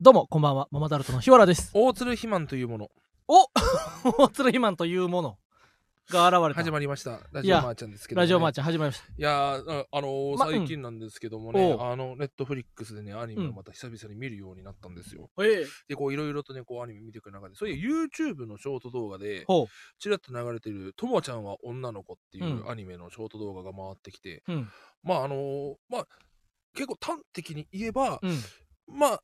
どうもこんばんはママタルトの日原です大鶴肥満というものお大鶴ひまんというものが現れた始まりましたラいジやオマーちゃんですけど、ね、ラジオマーちチ始まりましたゃんいやーああのーま最近なんですけどもね、おうあのネットフリックスでねアニメうをんまた久々に見るようになったんですよ、ええでこういろいろとねこうアニメ見ていく中でそういう YouTube のショート動画でほちらっと流れてる「ともちゃんは女の子」っていうんうアニメのショート動画が回ってきて、ううんまああのーまあ結構端的に言えば、うんまあ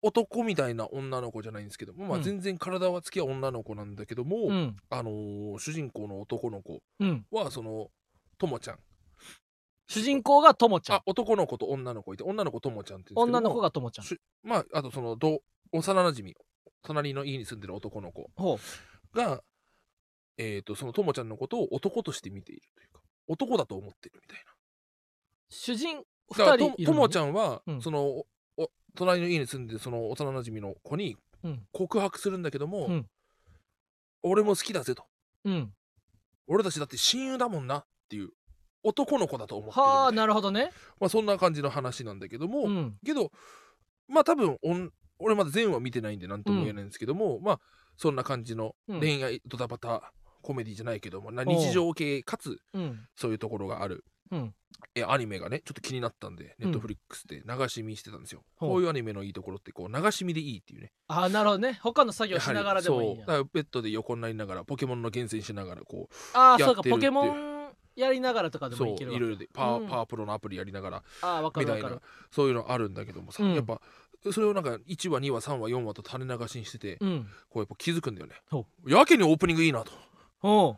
お男みたいな女の子じゃないんですけども、まうあ、ん全然体はつきは女の子なんだけども、うんあのー主人公の男の子うんはそのともちゃん主人公がともちゃんあ男の子と女の子いて女の子ともちゃんって言うんで女すけどもの子がともちゃんしまああとそのど幼なじみ隣の家に住んでる男の子ほがえー、とそのともちゃんのことを男として見ているというか男だと思ってるみたいなう主人だか二ら人といるとのもにちゃんは、うんそのおお隣の家に住んでるその幼なじみの子にうん告白するんだけども、うん俺も好きだぜとうん俺たちだって親友だもんなっていう男の子だと思ってるみたいなはあなるほどねまあ、そんな感じの話なんだけども、うんけどまあ多分おん俺まだ全話見てないんで何とも言えないんですけども、まあそんな感じのうん恋愛ドタバタコメディじゃないけども、なおう日常系かつうんそういうところがあるうんえアニメがねちょっと気になったんでうネんットフリックスで流し見してたんですよ、ほうこういうアニメのいいところってこう流し見でいいっていうねああなるほどね他の作業しながらでもいいんそうだやからベッドで横になりながらポケモンの厳選しながらこうああやそうっかてるポってケいうモンやりながらとかでそもういいけるろわいろでパワー、うんパワープロのアプリやりながらああわかみるたわいかなるそういうのあるんだけどもさ、うんやっぱそれをなんか1話2話3話4話と垂れ流しにしてて、うんこうやっぱ気づくんだよねほやけにオープニングいいなとほ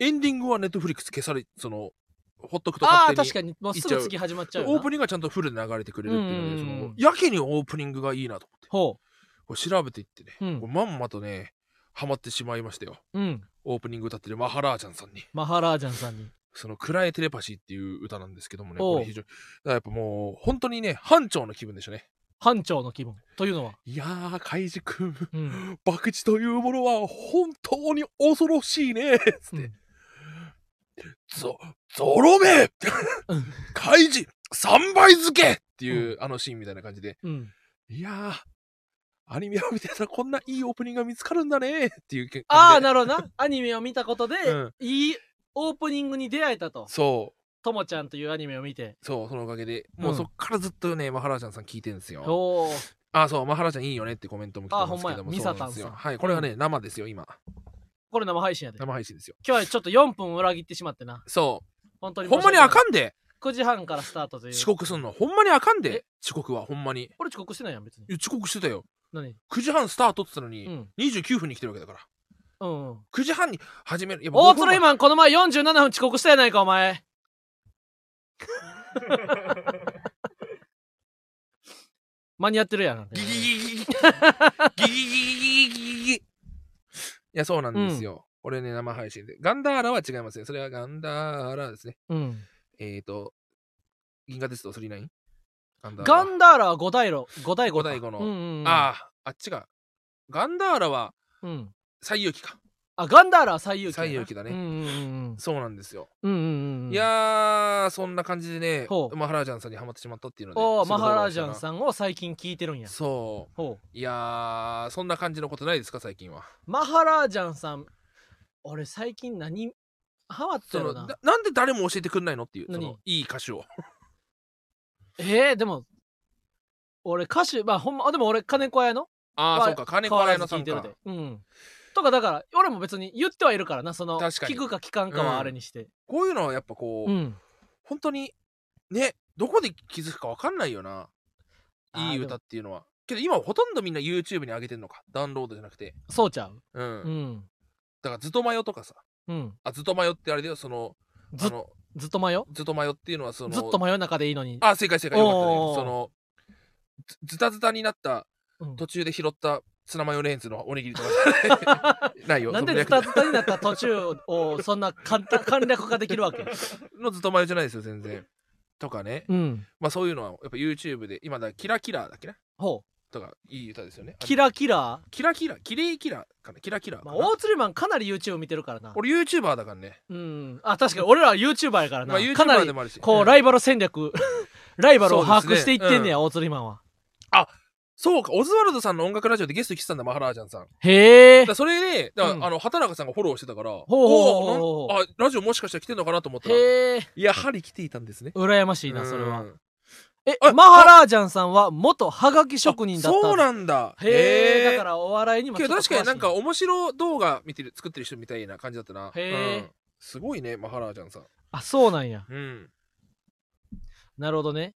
うエンディングはネットフリックス消されそのほっとくとああ勝手に確かにもうすぐ次始まっちゃうよなオープニングはちゃんとフルで流れてくれるっていうので、うんうんうんそのやけにオープニングがいいなと思ってほこれ調べていってね、うんこれまんまとねハマってしまいましたよううんオープニング歌ってるマハラージャンさんにマハラージャンさんにその「暗いテレパシー」っていう歌なんですけどもねおうこれ非常にだからやっぱもう本当にね班長の気分でしたね班長の気分というのは、いやー海く君うん 博打というものは本当に恐ろしいね。つうってん、ゾ、ゾロ目うん開示三倍漬けっていう、あのシーンみたいな感じで、うん、いやー、アニメを見てたらこんないいオープニングが見つかるんだねっていう感じで。ああなるほどなアニメを見たことで、うんいいオープニングに出会えたとそともちゃんというアニメを見てう、そう、そのおかげで、うんもうそっからずっとね、マハラちゃんさん聞いてるんですよ。おーあ、そう、マハラちゃんいいよねってコメントも来てますあけほどんまも、やそうなんミサタンですさんよ。はい、これはね、生ですよ、今。これ生配信やで今生配信ですよ。日はちょっと4分裏切ってしまってなそ本当う、にほんまにあんかんで9時半からスタートという遅刻すんのほんまにあかんえで遅刻はほんまに俺遅刻してないやん別にいや遅刻してたよ何9時半スタートって言ったのうに、ん29分に来てるわけだかうらんうん9時半に始めるやっぱ大5分鶴前イマンこの前47分遅刻したやないかお 前間に合ってるやんギギギギギギギギギギギギギギいやそうなんですよ、これね生配信でガンダーラは違いますねそれはガンダーラですねうんえっ、ー、と銀河鉄道39ガンダーラガンダーラは五大路五大五五大五のうんうんうん、あ、あああっちがガンダーラはうん、西遊記かあガンダーラは西遊記やな西遊記だねうんうんうんそうなんですようんうんうんうんいやーそんな感じでねほうマハラージャンさんにハマってしまったっていうのでおーすごマいハラージャンんさんを最近聞いてるんやそほうういやーそんな感じのことないですか最近はマハラージャンさん俺最近何ハマってそるのなななんで誰も教えてくんないのっていうそ何のいい歌手をえー、でも俺歌手まあほんまあでも俺金子屋のあまああそうか金変子わら綾ず乃さ聞いんてるかでうんとかだから俺も別に言ってはいるからなその確かに聞くか聞かんかはあれにしてこういうのはやっぱこう、うん本当にねどこで気づくかわかんないよなあーいい歌っていうのはけど今ほとんどみんな YouTube に上げてんのかダウンロードじゃなくてそうちゃううん、うんだからずっと迷うとかさうんあずっと迷うってあれだよそのずあのずっと迷うずっと迷うっていうのはそのずっと真夜中でいいのに。あ、正解正解。よかったねおー。その、ずズタズタになったうん途中で拾ったツナマヨレンズのおにぎりと かないよ。なんでそのズタズタになった途中をそんな簡単簡略化できるわけのずっとマヨじゃないですよ、全然。とかね。うん。まあそういうのは、やっぱ YouTube で、今だ、キラキラだっけなほう。とか、いい歌ですよね。キラキラキラキラ、キレイキラかな、キラキラかまなあ、大釣りマンかなり YouTube 見てるからな。俺 YouTuber だからね。うん。あ、確かに俺らは YouTuber やからな。まあかな YouTuber でり、もあるし。こう、イ ライバル戦略、ライバルを把握していってんそねうですねや、大釣りマンは。そうか、オズワルドさんの音楽ラジオでゲスト来てたんだ、マハラージャンさん。だかへえらそれで、だからうんあの、畑中さんがフォローしてたから、おほうほうほうほうおなんあ、ラジオもしかしたら来てんのかなと思ったら、へえやはり来ていたんですね。羨ましいなそれうはんえあマハラージャンさんは元はがき職人だったあそうんだなんだ。。へえだかららお笑いにもちょけっとど詳し確いかになんか面白動画見てる、作ってる人みたいな感じだったな。へえうんすごいね、マハラージャンさん。あそうなんやうん。なるほどね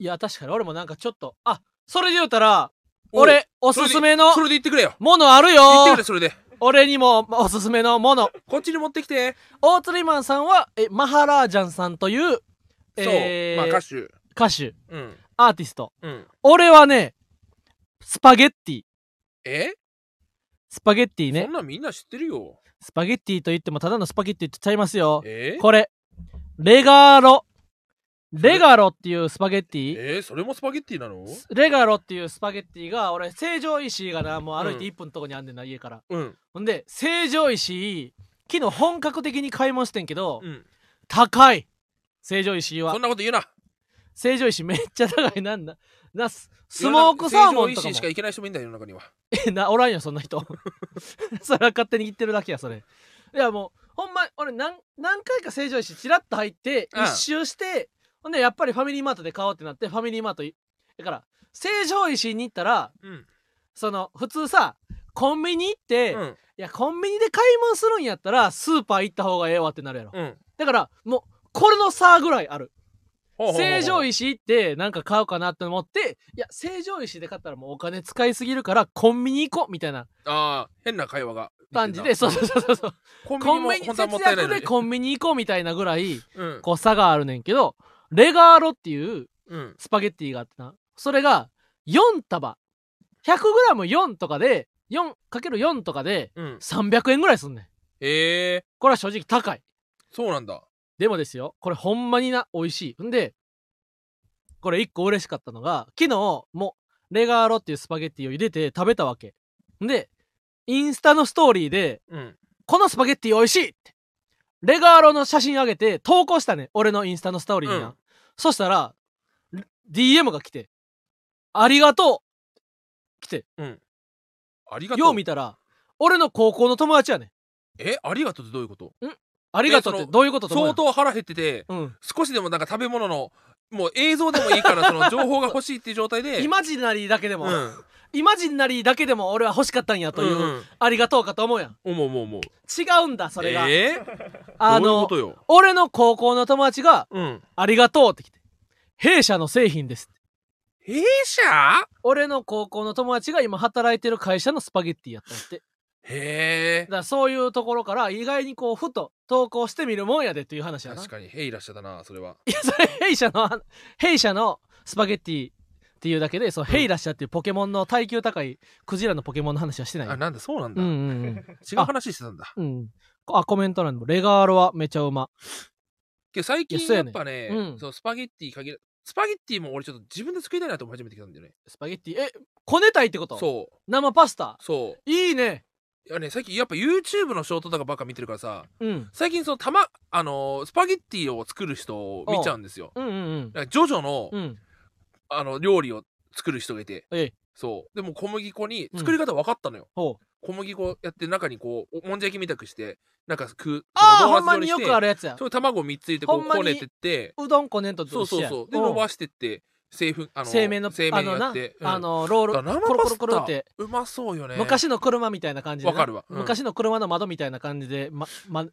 いや確かに俺もなんかちょっとあそれで言うたら俺おすすめのおそれで言ってくれよ。ものあるよ言ってくれ、それで。俺にもおすすめのものこっちに持ってきて。大釣りマンさんはえマハラージャンさんという、えーそう。まあ、歌手。歌手うん。アーティストうん。俺はねスパゲッティえスパゲッティそねんなんみんな知ってるよ。スパゲッティと言ってもただのスパゲッティって言っちゃいますよえこれレガロレガロっていうスパゲッティえー、それもスパゲッティなのレガロっていうスパゲッティが俺成城石井がなもう歩いてうん1分のとこにあんねんな家からうん。ほんで成城石井昨日本格的に買い物してんけどうん。高い成城石井はそんなこと言うな。成城石井めっちゃ高いなんだなススモークサーモンと成か城石井もしか行けない人もいいんだよ、世の中には。え なおらんよそんな人それは勝手に言ってるだけやそれいやもうほんま俺何何回か成城石井チラッと入ってうん一周して、ほんでやっぱりファミリーマートで買おうってなってファミリーマートいだから成城石井に行ったらうん。その普通さコンビニ行って、ういん。やコンビニで買い物するんやったらスーパー行った方がええわってなるやろ、うん。だからもうこれの差ぐらいあるほうほうほう成城石井ってなんか買うかなって思っていや成城石井で買ったらもうお金使いすぎるからコンビニ行こうみたいなああ、変な会話が。感じでそうそうそうそうコンビコニンもビニ本当はもっ節たいない約のでに。コンビニ行こうみたいなぐらいうん。こう差があるねんけどレガーロっていううん。スパゲッティがあってなそれが4束 100g4 とかで 4×4 とかでうん。 300円ぐらいすんねんええこれは正直高いそうなんだ。でもですよ、これほんまにな、美味しい。んで、これ一個嬉しかったのが、昨日もレガーロっていうスパゲッティを茹でて食べたわけ。んで、インスタのストーリーで、うん。このスパゲッティ美味しいって、レガーロの写真あげて投稿したね。俺のインスタのストーリーにな。うんそしたら、DM が来て、ありがとう来て、ありがとう。よう見たら、俺の高校の友達やね。え、ありがとうってどういうことありがとうっえてそのどういうことと思うや相ん当腹減ってて、うん。少しでもなんか食べ物の、もう映像でもいい から、その情報が欲しいっていう状態で。イマジナリーだけでも、うん。イマジナリーだけでも俺は欲しかったんやという、うんうんありがとうかと思うやん思う思う思う。違うんだそれが、えーあどういうのことよ。俺の高校の友達がうん。 「ありがとう」って来て「弊社の製品ですって弊社」俺の高校の友達が今働いてる会社のスパゲッティやったんやってへえだからそういうところから意外にこうふと投稿してみるもんやでっていう話やな確かにへいらっしゃったなそれはいやそれ弊社のあ弊社のスパゲッティっていうだけでそう、うんヘイラッシャーっていうポケモンの耐久高いクジラのポケモンの話はしてないよあなんだそうなんうだん違うんうんう話してたんだうん。こあ、コメント欄でも、レガーロはめちゃうま。けど最いや近そうややっねぱねうんそうスパゲッティ限るスパゲッティも俺ちょっと自分で作りたいなと思い始めてきたんだよねスパゲッティ、え、こねたいってことそう生パスタ。そういいね。いやね最近やっぱ YouTube のショートとかばっか見てるからさうん。最近そのたまあのースパゲッティを作る人を見ちゃうんですようんうんうん。だからジョジョの,、うん。あの料理を作る人がいてえい、そうでも小麦粉にうん作り方分かったのよ、ほう。小麦粉やって中にこうおもんじゃ焼きみたくしてなんか食うああ、そのドほーんナまにツ状しよてくあるやつや。それ玉子を3つ入れてこほうんまにこねてってうどんこねんとそうそうそうで伸ば伸してって製粉あの製麺の、製あ麺のやなって、うんあの、ローだル、からコ生ロパコロスコロってタ。うまそうよね昔の車みたいな感じでなわかるわうん昔の車の窓みたいな感じで、ま、ま、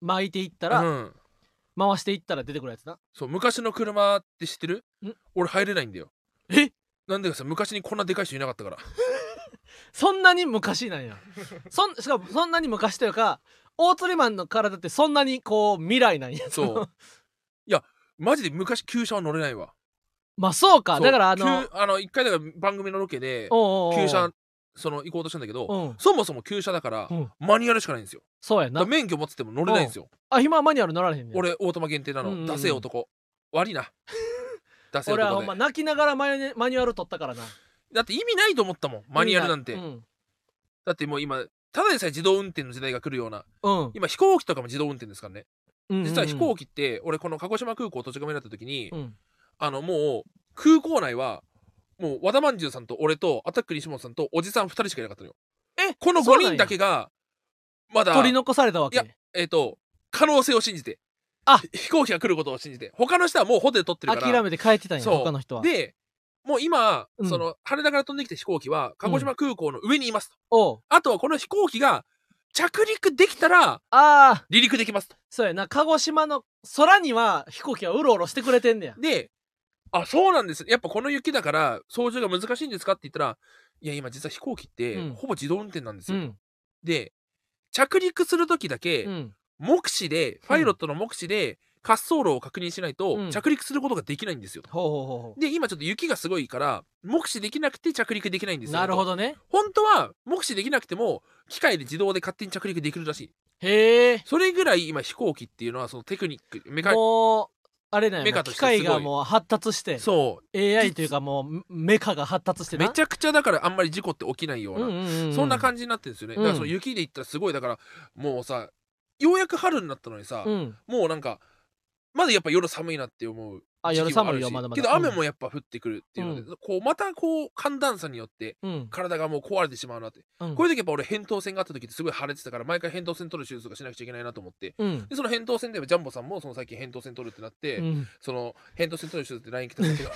巻いていったら、うん、回していったら出てくるやつな。そう昔の車って知ってるん俺入れないんだよえなんでかさ昔にこんなでかい人いなかっ たからそんなに昔なん や。そん、しかもそんなに昔というか、大ートリマンの体ってそんなにこう未来なんや。そういやマジで昔旧車は乗れないわまあそうか。そうだからあの、旧あの一回だから番組のロケでおうおうおう旧車その行こうとしたんだけど、うんそもそも旧車だから、うんマニュアルしかないんですよそうやだかなら免許持ってても乗れないんですよ、あ暇はマニュアルなられへんねん俺オートマ限定なの、うんうんうんダセえ男悪 いなダセえ俺は男ほでんま泣きながらマニュマニュアル取ったからなだって意味ないと思ったもんマニュアルなんて、うん、だってもう今ただでさえ自動運転の時代が来るようなうん今飛行機とかも自動運転ですからねうん、実は飛うん行機って俺この鹿児島空港閉じ込められた時に、うんあのもう空港内はもう和田まんじゅうさんと俺とアタック西本さんとおじさん2人しかいなかったのよえこのそう5なんや人だけがまだ取り残されたわいやけえっ、と可能性を信じてあ飛行機が来ることを信じて他の人はもうホテル取ってるから諦めて帰ってたんやそう他の人はでもう今、うんその羽田から飛んできた飛行機は鹿児島空港の上にいますと、おうあとはこの飛行機が着陸できたらああ離陸できますとそうやな鹿児島の空には飛行機はうろうろしてくれてんねやであそうなんですやっぱこの雪だから操縦が難しいんですかって言ったらいや今実は飛行機ってうんほぼ自動運転なんですうよ、んで着陸する時だけ、うん目視でパイロットの目視で滑走路を確認しないと、うん着陸することができないんですよとほうほうほうほで今ちょっと雪がすごいから目視できなくて着陸できないんでうすよとなるほどね本当は目視できなくても機械で自動で勝手に着陸できるらしいへえそれぐらい今飛行機っていうのはそのテクニックメカもうあれだよメカと機してすごい械がもう発達してそ AI というかもうメカが発達してうなめちゃくちゃだからあんまり事故って起きないような、そんなじ感じになってるんですよね、うんだからその雪で言ったらすごいだからもうさようやく春になったのにさ、うんもうなんかまだやっぱ夜寒いなって思うあ時夜期もあ寒るいしよまだまだけど雨もやっぱ降ってくるっていうので、うこうまたこう寒暖差によってうん体がもう壊れてしまうなって、うんこういう時やっぱ俺扁桃腺があった時ってすごい腫れてたから毎回扁桃腺取る手術とかしなくちゃいけないなと思ってうんでその扁桃腺でジャンボさんもその最近扁桃腺取るってなって、うんその扁桃腺取る手術って LINE 来たんだけど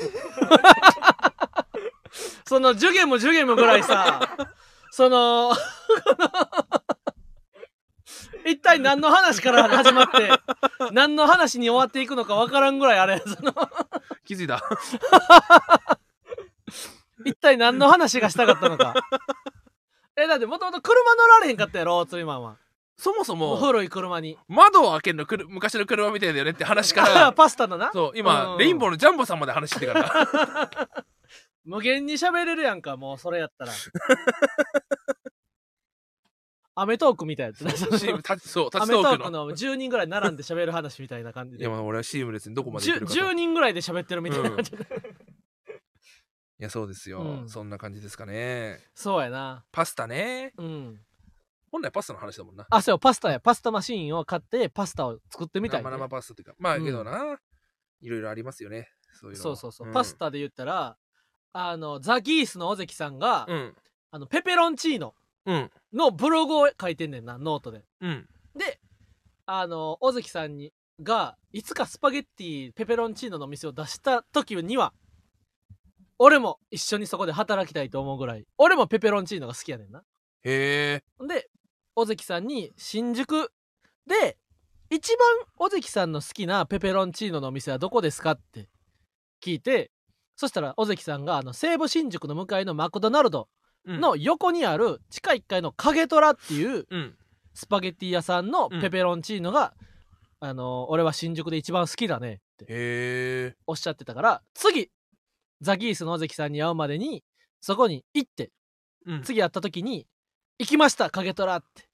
その受験も受験もぐらい さその 一体何の話から始まって何の話に終わっていくのかわからんぐらいあれその気づい た一体何の話がしたかったのかえだってもともと車乗られへんかったやろツリマンはそもそも古い車に窓を開けるのくる昔の車みたいだよねって話か らパスタのなそう今、うんレインボーのジャンボさんまで話してたから 無限に喋れるやんかもうそれやった らアメトークみたいやつな CM たそうタアッチメトトーーククのの10人ぐらい並んで喋る話みたいな感じいでやまあ俺はシームレスにどこまで行け 10, るかと10人ぐらいで喋ってるみたいな、うんいやそうですよ、うんそんな感じですかねそうやなパスタねうん本来パスタの話だもんなあそうパスタやパスタマシーンを買ってパスタを作ってみたい、生ね、々パスタというかまあうんけどな、いろいろありますよねそういうのそうそうそう、んパスタで言ったらあのザ・ギースの尾関さんが、うんあのペペロンチーノうんのブログを書いてんねんなノートでうんであの尾関さんにがいつかスパゲッティペペロンチーノの店を出した時には俺も一緒にそこで働きたいと思うぐらい俺もペペロンチーノが好きやねんなへえで尾関さんに新宿で一番尾関さんの好きなペペロンチーノのお店はどこですかって聞いてそしたら尾関さんがあの西武新宿の向かいのマクドナルドの横にある地下1階の影虎っていううんスパゲッティ屋さんのペペロンチーノが、あの俺は新宿で一番好きだねってへえおっしゃってたから次ザギースの尾関さんに会うまでにそこに行ってうん次会った時に「行きました影虎」って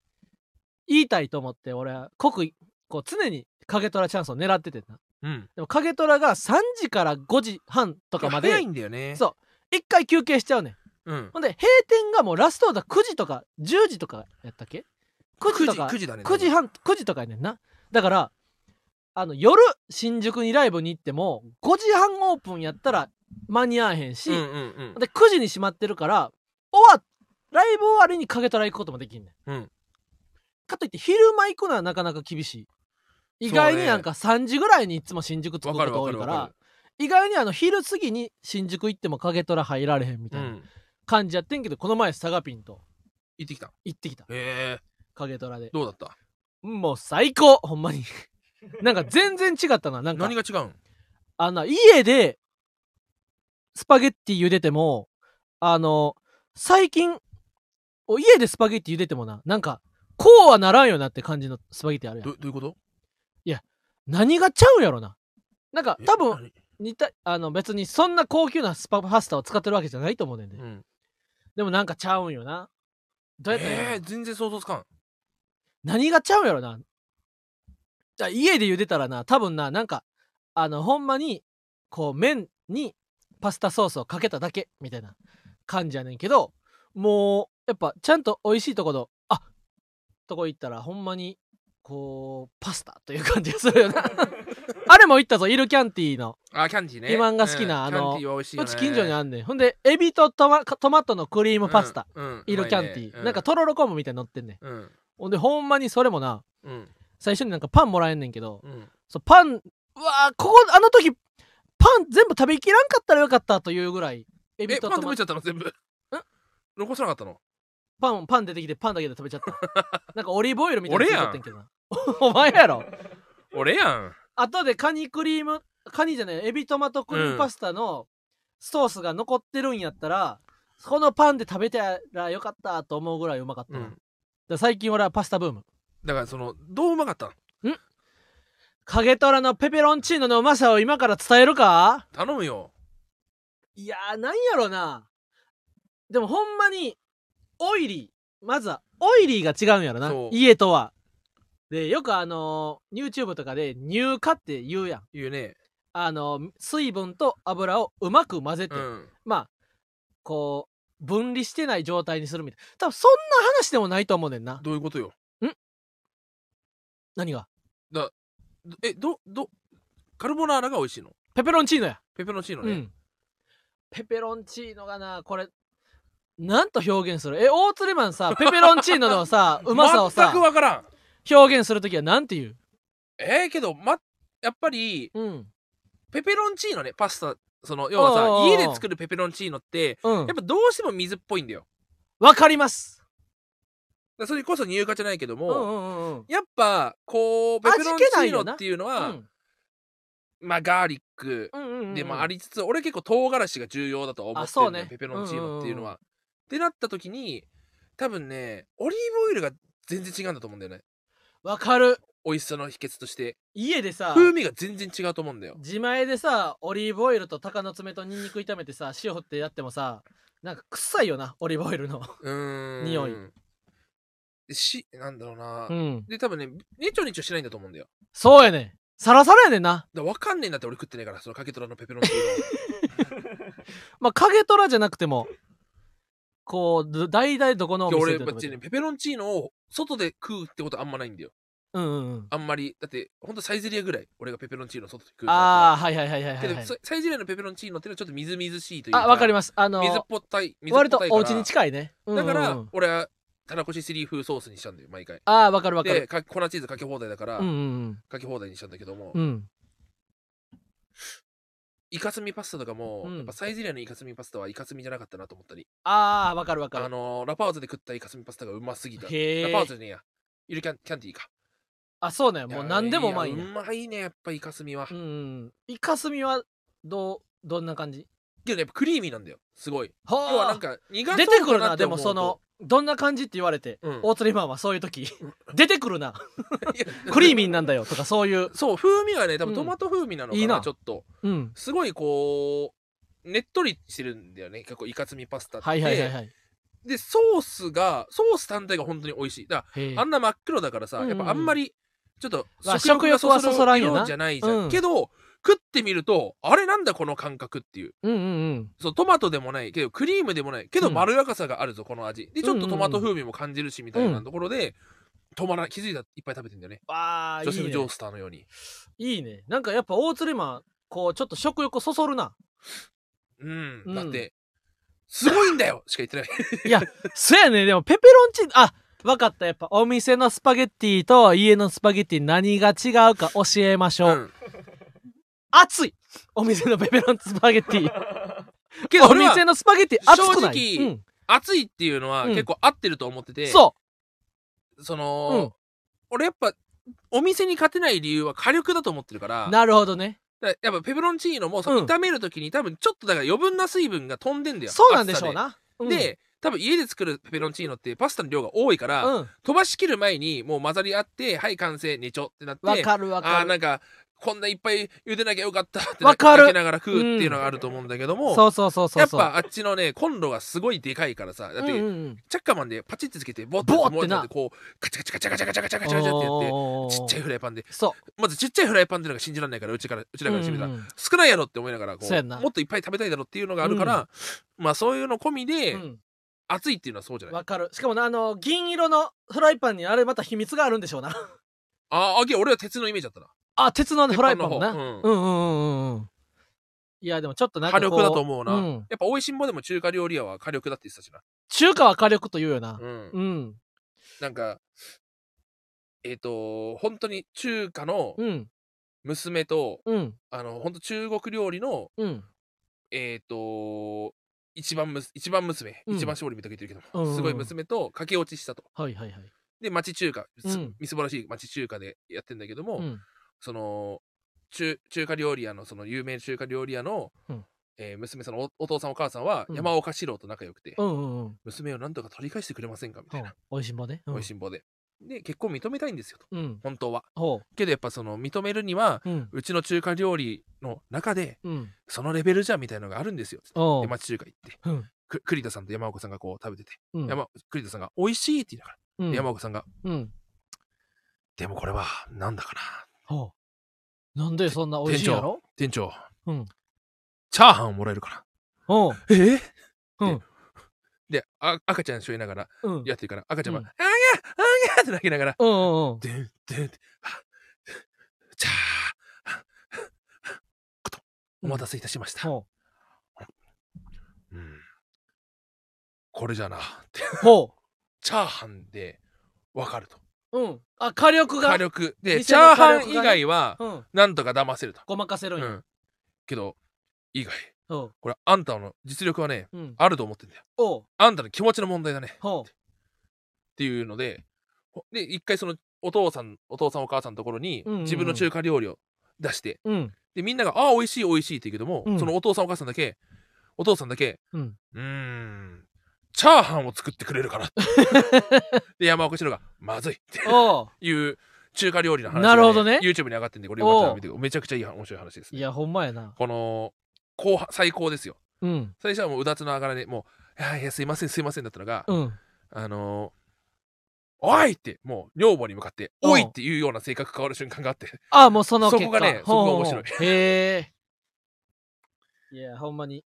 言いたいと思って俺は刻意こう常に影虎チャンスを狙っててんなうんでも影虎が3時から5時半とかまで早いんだよねそう1回休憩しちゃうねんうんほんで閉店がもうラストオーダー9時とか10時とかやったっけ9時とか9時だね9時半9時とかやねんなだからあの夜新宿にライブに行っても5時半オープンやったら間に合わへんし、うんうんうんで9時に閉まってるから終わライブ終わりにかけたら行くこともできんねん、うんかといって昼間行くのはなかなか厳しい意外になんか3時ぐらいにいつも新宿着くわこかるとわ多かいるかわらか意外にあの昼過ぎに新宿行っても影虎入られへんみるたいうなん感じやってんけどこの前サガピンと行ってきた行ってきたへえ影虎でどうだったもう最高ほんまになんか全然違ったななんか何が違うんあの家でスパゲッティ茹でてもあの最近お家でスパゲッティ茹でてもななんかこうはならんよなって感じのスパゲッティあるやんどどういうこと何がちゃうんやろななんかえ多分何似たあの別にそんな高級なスパパスタを使ってるわけじゃないと思うねんで、うんでもなんかちゃうんよなどうやったらいいのえー全然想像つかん何がちゃうんやろなじゃあ家で茹でたらな多分ななんかあのほんまにこう麺にパスタソースをかけただけみたいな感じやねんけどもうやっぱちゃんと美味しいところあとこ行ったらほんまにこうパスタという感じがするよ なあれも行ったぞイルキャンティのあ、キャンディーね。肥満が好きなうんあのキャンディーは美味しいようね。ち近所にるあんねんほんでエビとトマトマトのクリームパスタ、。うん。イルキャンティー、なんか、とろろ昆布みたいに乗ってんねんうん。ほんでほんまにそれもなうん。最初になんかパンもらえんねんけど、うん。そうパンうわーここあの時パン全部食べきらんかったらよかったというぐらいエビえ、とパント食べマちゃトったの全部。残さなかったのパンパン出てきてパンだけで食べちゃった なんかオリーブオイルみたいな俺やんやってんけど なお前やろ俺やん。後でカニクリームカニじゃないエビトマトクリームパスタのソースが残ってるんやったら、このパンで食べたらよかったと思うぐらいうまかったうな、だんか。ら最近俺はパスタブームだからその、どううまかったん影虎のペペロンチーノのうまさを今から伝えるか頼むよ。いやーなんやろなでもほんまにオイリーまずはオイリーが違うんやろなそう家とはでよくあのー YouTube とかで乳化って言うやん言うね。あのー水分と油をうまく混ぜて、うん。まあこう分離してない状態にするみたい多分そんな話でもないと思うねんなどういうことよ。何がえ、ど、ど、カルボナーラが美味しいのペペロンチーノや、ペペロンチーノうね。んペペロンチーノがなこれなんと表現するえ大釣りマンさペペロンチーノの さうまさをさ全くわからん。表現するときはなんて言うえー、けど、ま、やっぱり、うんペペロンチーノね、パスタ、その、要はおうおうおさ、う家で作るペペロンチーノって、うんやっぱどうしても水っぽいんだよ。わかりますだからそれこそ乳化じゃないけどうんうも、んうんうんやっぱ、こう、ペペロンチーノっていうのうは、んまあ、ガーリックうんうんうんでもありつつ、俺結構唐辛子が重要だとは思あっそてうるねね、ペペロンチーノっていううんうんうのんは。ってなった時に、多分ね、オリーブオイルが全然違うんだと思うんだよね。わかる美味しさの秘訣として。家でさ風味が全然違うと思うんだよ。自前でさオリーブオイルと鷹の爪とニンニク炒めてさ塩振ってやってもさなんか臭いよなオリーブオイルのうーん。匂いで。し、なんだろうな。うんで、多分ね、ネチョネチョしないんだと思うんだよ。そうやねんサラサラやねんなだからわかんねえんだって俺食ってないから、そのかけとらのペペロンチーノ。まあ影虎じゃなくてもこうど大々どこのおいや店俺で別にねペペロンチーノを外で食うってことあんまないんだようんうんうんあんまりだってほんとサイゼリアぐらい俺がペペロンチーノを外で食うあああはいはいはいはいはい、はいけど、サイゼリアのペペロンチーノっていうのはちょっとみずみずしいというあわかりまますあの水っぽったい水っぽ割ったといお家に近いね、うんうんうだんから俺はたらこしスリー風ソースにしたんだよ毎回ああわかるわかでるか粉チーズかけ放題だから、うんうんかけ放題にしたんだけども、うんうんイカスミパスタとかも、うんやっぱサイゼリアのイカスミパスタはイカスミじゃなかったなと思ったりああわかるわかあるのーラパーズで食ったイカスミパスタがうますぎたラパへーえズじゃねえやゆるキャンキャンディーかあそうねもう何でもうまいやねうまいねやっぱイカスミは、うんうんイカスミはどうどんな感じけどねやっぱクリーミーなんだよすごいは要はなんか苦そう出てくるだなってで思もうとそのどんな感じって言われて、うん 大鳥マンはそういう時出てくるないやクリーミーなんだよとかそういう、そう風味はね多う分んトマト風味なのかな,、いいなちょっとうん、すごいこうねっとりしてるんだよね結構イカスミパスタって、はいはいはいはいでソースがソース単体が本当に美味しいだかへえらあんな真っ黒だからさ、うんうんやっぱあんまりちょっとまあ食欲はそそらんよな色じゃないじゃん、うんけど食ってみるとあれなんだこの感覚っていううんうんうんそうトマトでもないけどクリームでもないけうどんまろやかさがあるぞ、この味でちょうっんうんうとんトマト風味も感じるしみたいなうんところで、止まらない気づいたらいっぱい食べてんだよねわあいジョセいフ・ジョねースターのようにいいねなんかやっぱ大釣りマンこうちょっと食欲をそそるなうん、うんだってすごいんだよしか言ってないいやそやねでもペペロンチーノあわかったやっぱお店のスパゲッティと家のスパゲッティ何が違うか教えましょう、うん熱いお店のペペロンチスパゲッティ けどお俺は店のスパゲッティ熱くない正直うん熱いっていうのはうん結構合ってると思ってて、そうその、俺やっぱお店に勝てない理由は火力だと思ってるからなるほどね。だからやっぱペペロンチーノもそうんの炒める時に多分ちょっとだから余分な水分が飛んでんだよそうなんでしょうな。熱さで、で多分家で作るペペロンチーノってパスタの量が多いかうら、ん、うん、飛ばしきる前にもう混ざり合ってはい完成ねちょってなってわかるわあかーなる。んかこんないっぱい茹でなきゃよかったってわかる泣きながら食うっていうのがあると思うんだけども、そうそうそうそう。やっぱあっちのねコンロがすごいでかいからさだって、うんうんうん、チャッカマンでパチッてつけてボッてボッてな燃えたんでこうカチャカチャカチャカチャカチャカチャカチャカチャってやってちっちゃいい。フライパンでそまずちっちゃいフライパンっていうのが信じられないからうちからうちう。らからしてみたら、うんうん少ないやろって思いながらこそうやうんなもっといっぱい食べたいだろっていうのがあるから、まあそういうの込みで、うん熱いっていうのはそうじゃないわかる。しかもなあの銀色のフライパンにあれまた秘密があるんでしょうな。あ、あげ、俺は鉄のイメージだったな。あ、鉄のフライパンもな。鉄う板んのう方んうんうんうん。いや、でもちょっとなんか火こう。力だと思うな。んやっぱ、美味しんぼでも中華料理屋は火力だって言ってたしな。中華は火力というよな。うん。うん。なんか、えっ、と、本当に中華のうん。娘と、うん。あの、本当中国料理の、うん。えっ、と、一番むす一番娘、うん一番勝利みたいなこと言ってるけど、うんうんうんすごい娘と駆け落ちしたと。はいはいはい。で、町中華、すうんみすぼらしい町中華でやってんだけども、うん。その中中華料理屋のその有名中華料理屋の、うんえー娘さんのおお父さんお母さんはうん山岡四郎と仲良くて、うんうんうん。娘をなんとか取り返してくれませんかみたいな、おいしんぼね。美味しんぼで。で結婚認めたいんですよとうん。うん。本当は。ほけどやっぱその認めるにはう。うん。うちの中華料理の中でうん。そのレベルじゃみたいのがあるんですよつっておでう。町中華行って、うんく栗田さんと山岡さんがこう食べてて、うん山栗田さんが「美味しい」って言いながら、うん。山岡さんがうん。 「でもこれはなんだかな」ほう。なんでそんなおいしいやろ店長、うんチャーハンもらえるからおう。えーうん。であ赤ちゃんしょいながらうん。やってるから赤ちゃんは「うあんげゃあげゃ」って泣きながらうんうんうん「でんでんでんあチャーハンことお待たせいたしました」ほうんこれじゃなってう。ほチャーハンでわかるとう。うん。あ、火力が。火力でチ店のャー火力ハがねン以外はうん。なんとか騙せると、ごまかせるんうや。ん、けど以外ほう。これあんたの実力はねうん。あると思ってんだよおう。あんたの気持ちの問題だねほっていうのでほで一回そのお父さんお父さんお母さんのところにうんうんうん自分の中華料理を出して、う。 うん。でみんなが「ああ美味しい美味しい」って言うけども、うんそのお父さんお母さんだけお父さんだけ「うんーんチャーハンを作ってくれるから」 で山岡四郎が「まずい」っておう。いう中華料理の話が、なるほどね YouTube に上がってんでこれよかったら見てめちゃくちゃいい面白い話です、いね、や、ほんまやな。この後半最高ですようん。最初はもううだつの上がらねもう「いやいやすいませんすいません」だったのが、うん。あのーおいって、もう、女房に向かって、うんおいっていうような性格変わる瞬間があって、あ、もうそのそ結果こがねほうほうほうそこが面白い。へえ。いや、ほんまに、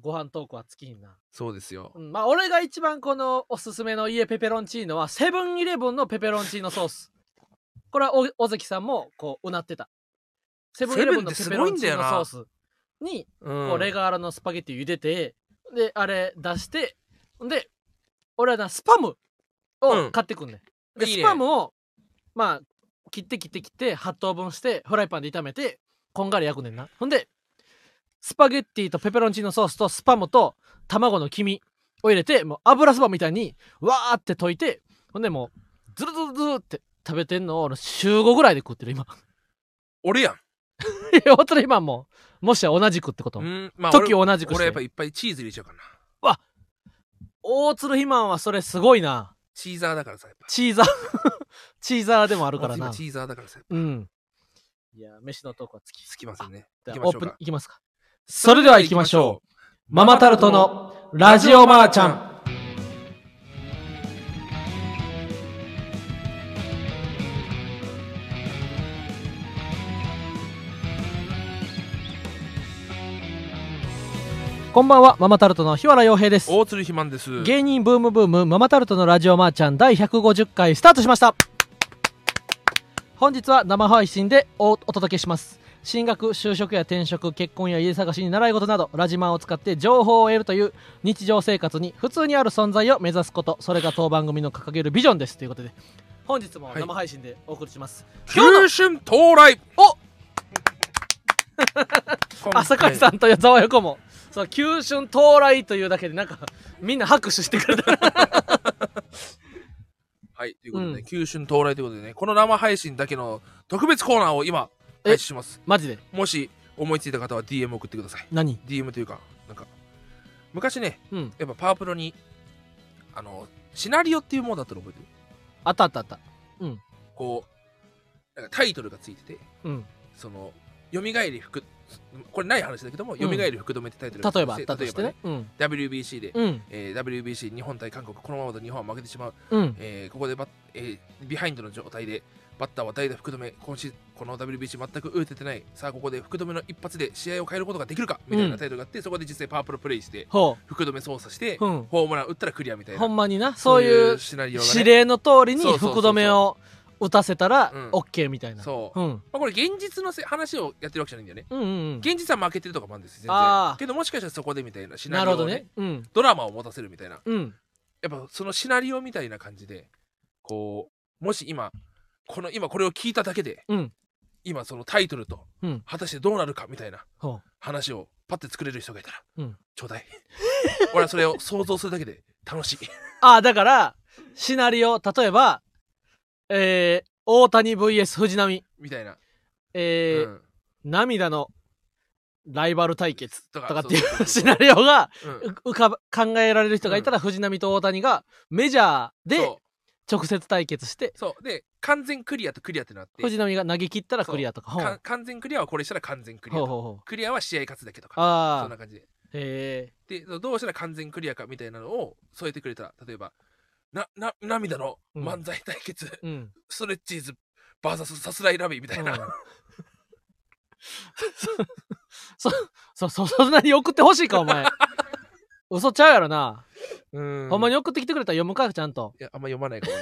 ご飯トークは尽きんな。そうですよう。ん、まあ、俺が一番このおすすめの家ペペロンチーノは、セブンイレブンのペペロンチーノソース。これはお、尾関さんも、こう、うなってた。セブンイレブンのペペロンチーノソースに、うんこう、レガーラのスパゲッティ茹でて、で、あれ出して、で、俺はな、スパムうをん買ってくんねん。で、いいスねパムを、まあ、切って切って切って、8等分して、フライパンで炒めて、こんがり焼くねんな。ほんで、スパゲッティとペペロンチーノソースとスパムと卵の黄身を入れて、もう油そばみたいに、わーって溶いて、ほんでもう、ズルズルズルって食べてんのを、俺週5ぐらいで食ってる、今。 俺やん。いや、本当に今もう、もしや同じくってことう。ん、まあ、時俺を同じくして。俺やっぱいっぱいチーズ入れちゃうからな。大鶴肥満はそれすごいな。チーザーだからさ、やっぱ。チーザー、 チーザーでもあるから今なチ。ーザーだからさ、うん。いや、飯のトークは尽き。つきませんね。ではオー行きましょうプンか。いきますか。それでは行きましょう。ママタルトのラジオマーちゃん。こんばんは、ママタルトの日原洋平です。大鶴肥満です。芸人ブームブームママタルトのラジオマーちゃん第150回スタートしました本日は生配信でおお届けします進学就職や転職結婚や家探しに習い事などラジマンを使って情報を得るという日常生活に普通にある存在を目指すことそれが当番組の掲げるビジョンですということで本日も生配信でお送りします、急春到来お今回朝香さんと矢沢横もそう急春到来というだけでなんかみんな拍手してくれたはい、ということでうね、ん急春到来ということでね、この生配信だけの特別コーナーを今、え開始します。マジでもし思いついた方は DM を送ってください。何 DM というか、なんか、昔ね、うんやっぱパワープロに、あの、シナリオっていうものだったの覚えてるあったあったあったこう、なんかタイトルがついてて、うんその、蘇り福、これない話だけども、ん蘇り福留ってタイトルがつい例えばあったとててしてねうん例えばね WBC で、うんえー WBC 日本対韓国、このままだと日本は負けてしまう、うんえーここでバッ、えービハインドの状態で、バッターは代打福留、今シーズンこの WBC 全く打ててない、さあここで福留の一発で試合を変えることができるかみたいなタイトルがあって、そこで実際パワープロプレイして、ほ福留操作して、う、うん、ホームラン打ったらクリアみたいなほんまになそういうシナリオが、ね、指令の通りにそうそうそうそう福留を打たせたらうん OK みたいな、そうう、ん、まあ、これ現実のせ話をやってるわけじゃないんだよねうんうんうん現実は負けてるとかもあるんですよ全あ然ーけどもしかしたらそこでみたいなシなナリるオほをどねねうんドラマを持たせるみたいなうんやっぱそのシナリオみたいな感じでこうもし今この今これを聞いただけで、うん今そのタイトルと、うん果たしてどうなるかみたいなほう話をパッて作れる人がいたら、うんちょうだい 俺はそれを想像するだけで楽しい ああだからシナリオ例えばえー、大谷 VS 藤波みたいな、えーうん涙のライバル対決ととかかっていそうそうそううシナリオがうんう浮かば考えられる人がいたら、藤波と大谷がメジャーでそう直接対決してそうで完全クリアとクリアってなって藤波が投げ切ったらクリアとかほうか完全クリアはこれしたら完全クリアほうとほうほうクリアは試合勝つだけとかそあんあな感じでへえでどうしたら完全クリアかみたいなのを添えてくれたら例えばなな涙の漫才対決、 うんストレッチーズ VS さすらいラビーみたいな、うんそそそ そんなに送ってほしいかお前嘘ちゃうやろな、 うんほんまに送ってきてくれたら読むかちゃんといやあんま読まないかも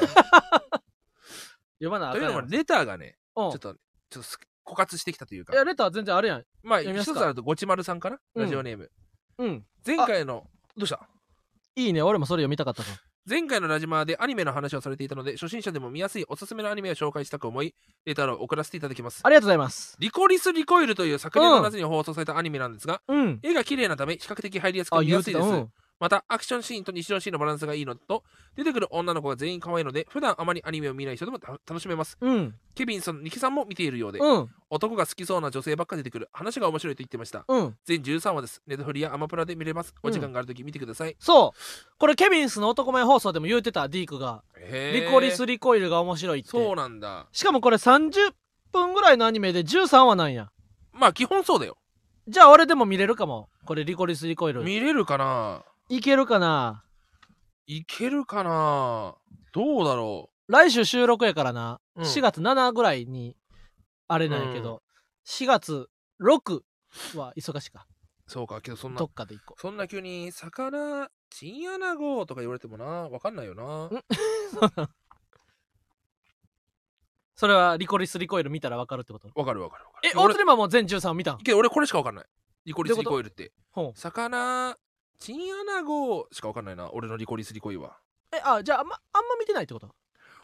読まな なあとかいんやうのもろレターがねうんちょっとちょっとす枯渇してきたというかいやレター全然あるやんまあ読みま一すかつあるとごちまるさんかな、うんラジオネームうん前回のどうしたいいね俺もそれ読みたかったから前回のラジマーでアニメの話をされていたので初心者でも見やすいおすすめのアニメを紹介したく思いレターを送らせていただきますありがとうございますリコリス・リコイルという昨年の夏に放送されたアニメなんですが、うん絵が綺麗なため比較的入りやすくあ見言やうすていたです、うんまたアクションシーンと日常シーンのバランスがいいのと出てくる女の子が全員可愛いので普段あまりアニメを見ない人でもた楽しめますうんケビンさんニキさんも見ているようで、うん男が好きそうな女性ばっか出てくる話が面白いと言ってましたうん全13話ですネットフリやアマプラで見れますうんお時間があるとき見てください、そうこれケビンスの男前放送でも言うてたディークが「へーリコリス・リコイル」が面白いってそうなんだしかもこれ30分ぐらいのアニメで13話なんやまあ基本そうだよじゃあ俺でも見れるかもこれ「リコリス・リコイル」見れるかないけるかないけるかなどうだろ来週収録やからな、う、うん4月7ぐらいにあれなんやけど、4月6は忙しいかそうかけどそんなどっかで行こそんな急に魚チンアナゴとか言われてもなわかんないよなうそれは「リコリス・リコイル」見たらわかるってことわかるわかるわかえるけどオー俺トリマンも全13話見たんけど俺これしかわかんないリコリスどういリうことコイルってほう魚チンアナゴしかわかんないな俺のリコリスリコイルはえあじゃああん,、まあんま見てないってこと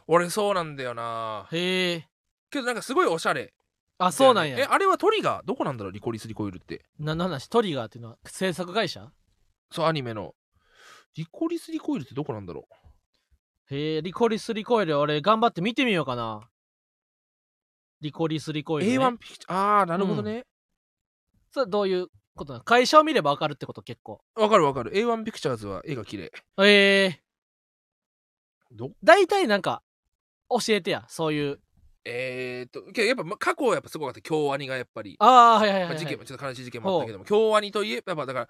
俺そうなんだよなへえけどなんかすごいおしゃれあそうなんえやあれはトリガーどこなんだろうリコリスリコイルって何の話トリガーっていうのは制作会社そうアニメのリコリスリコイルってどこなんだろうへえリコリス・リコイル俺頑張って見てみようかなリコリス・リコイル、ね、 A1 ピクチャーああなるほどねそれどういうことなの会社を見ればわかるってこと結構わ、かるわかる A1 ピクチャーズは絵が綺麗ええー、ど大体なんか教えてやそういうえー、っとけどやっぱま過去はやっぱすごかった京アニがやっぱりああーはいはいはい、まはあ、い、事件もちょっと悲しい事件もあったけども京アニといえばやっぱだから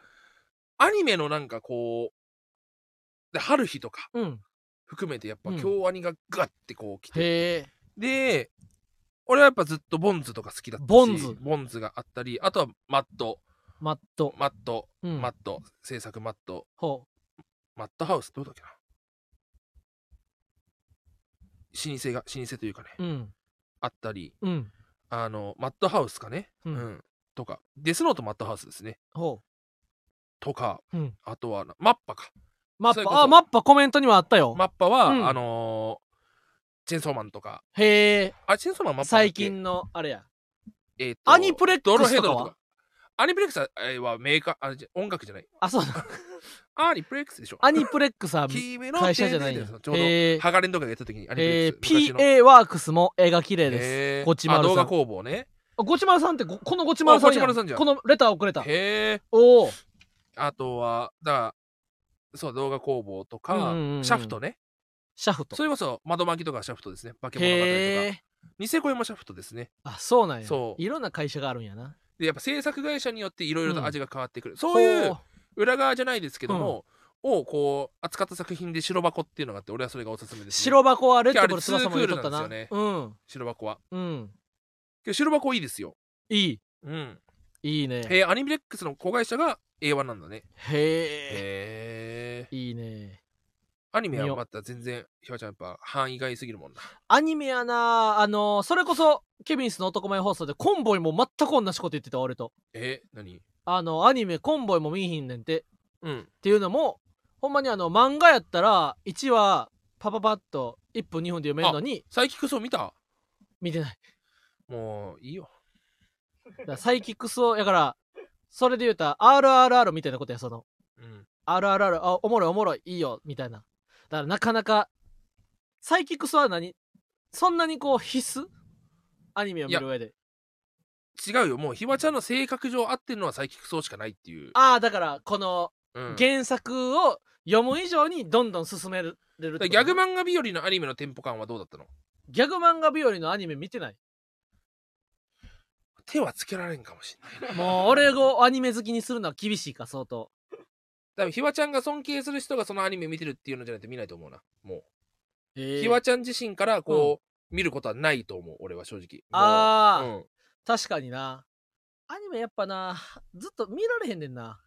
アニメのなんかこうで春日とかうん含めてやっぱうん京アニがガッてこう来て、へえで俺はやっぱずっとボンズとか好きだったしボンズボンズがあったりあとはマットマット、マット、うん、マット制作マットほマットハウスどうだっけな老舗が老舗というかね、ううんあったりうんあのマットハウスかね、うんうんとかデスノートマットハウスですねほとか、うんあとはなマッパかうマそういッうこパとあマッパコメントにもあったよ、マッパは、うんあのーチェンソーマンとか、へえあ、チェンソーマンマッパだっけ最、近のあれやえーとアニプレッドクロスヘとドかロはとか。アニプレックスはえーはメーカーあじゃ音楽じゃない。あそうだアニプレックスでしょ。アニプレックスは キーメの会社じゃないんでやすよちょうへど、えハガレンとかやった時にアニプレえッークス。昔の PA ワークスも絵が綺麗です、へーごちまるさんあ動画工房ね。ごちまるさんってここのごちまるさんやあごちまるさんじゃんこのレターをくれたへえ。おおあとは、だからそう、動画工房とか、うんうんうんシャフトね。シャフトそれこそ、窓巻きとかシャフトですね。化け物語とへか。えニセコもシャフトですね。あそうなんやそういろんな会社があるんやなでやっぱ制作会社によっていろいろと味が変わってくる、こそういう裏側じゃないですけども、をこう扱った作品で白箱っていうのがあって俺はそれがおすすめです、ね、白箱はレッドブル翼も言うとったいやなあれツうん白箱はうんけど白箱いいですよいいうんいいねえーアニメレックスの子会社が A1 なんだねへえへえいいねアニメ見はようまた全然、ひわちゃんやっぱ範囲外すぎるもんな。アニメやなあのそれこそ、ケビンスの男前放送でコンボイも全く同じこと言ってた、俺と。え、何あの、アニメコンボイも見ひんねんて。うん。っていうのも、ほんまにあの、漫画やったら、1話、パパパッと1分2分で読めるのに、サイキックスを見た見てない。もういいよ。だからサイキックスを、やから、それで言うたら、RRR みたいなことや、その、うん。 RRR、あ、おもろいおもろい、いいよ、みたいな。だからなかなか、サイキックスは何そんなにこう必須アニメを見る上で。違うよ。もうひわちゃんの性格上合ってるのはサイキックスをしかないっていう。ああ、だから、このうん、原作を読む以上にどんどん進めれるってことだからギャグ漫画日和のアニメのテンポ感はどうだったのギャグ漫画日和のアニメ見てない。手はつけられんかもしれない。もう俺をアニメ好きにするのは厳しいか、相当。多分ひわちゃんが尊敬する人がそのアニメ見てるっていうのじゃないと見ないと思うな。もう。えひわちゃん自身からこう、見ることはないと思う、俺は正直。あーもう確かにな。アニメやっぱな、ずっと見られへんねんな。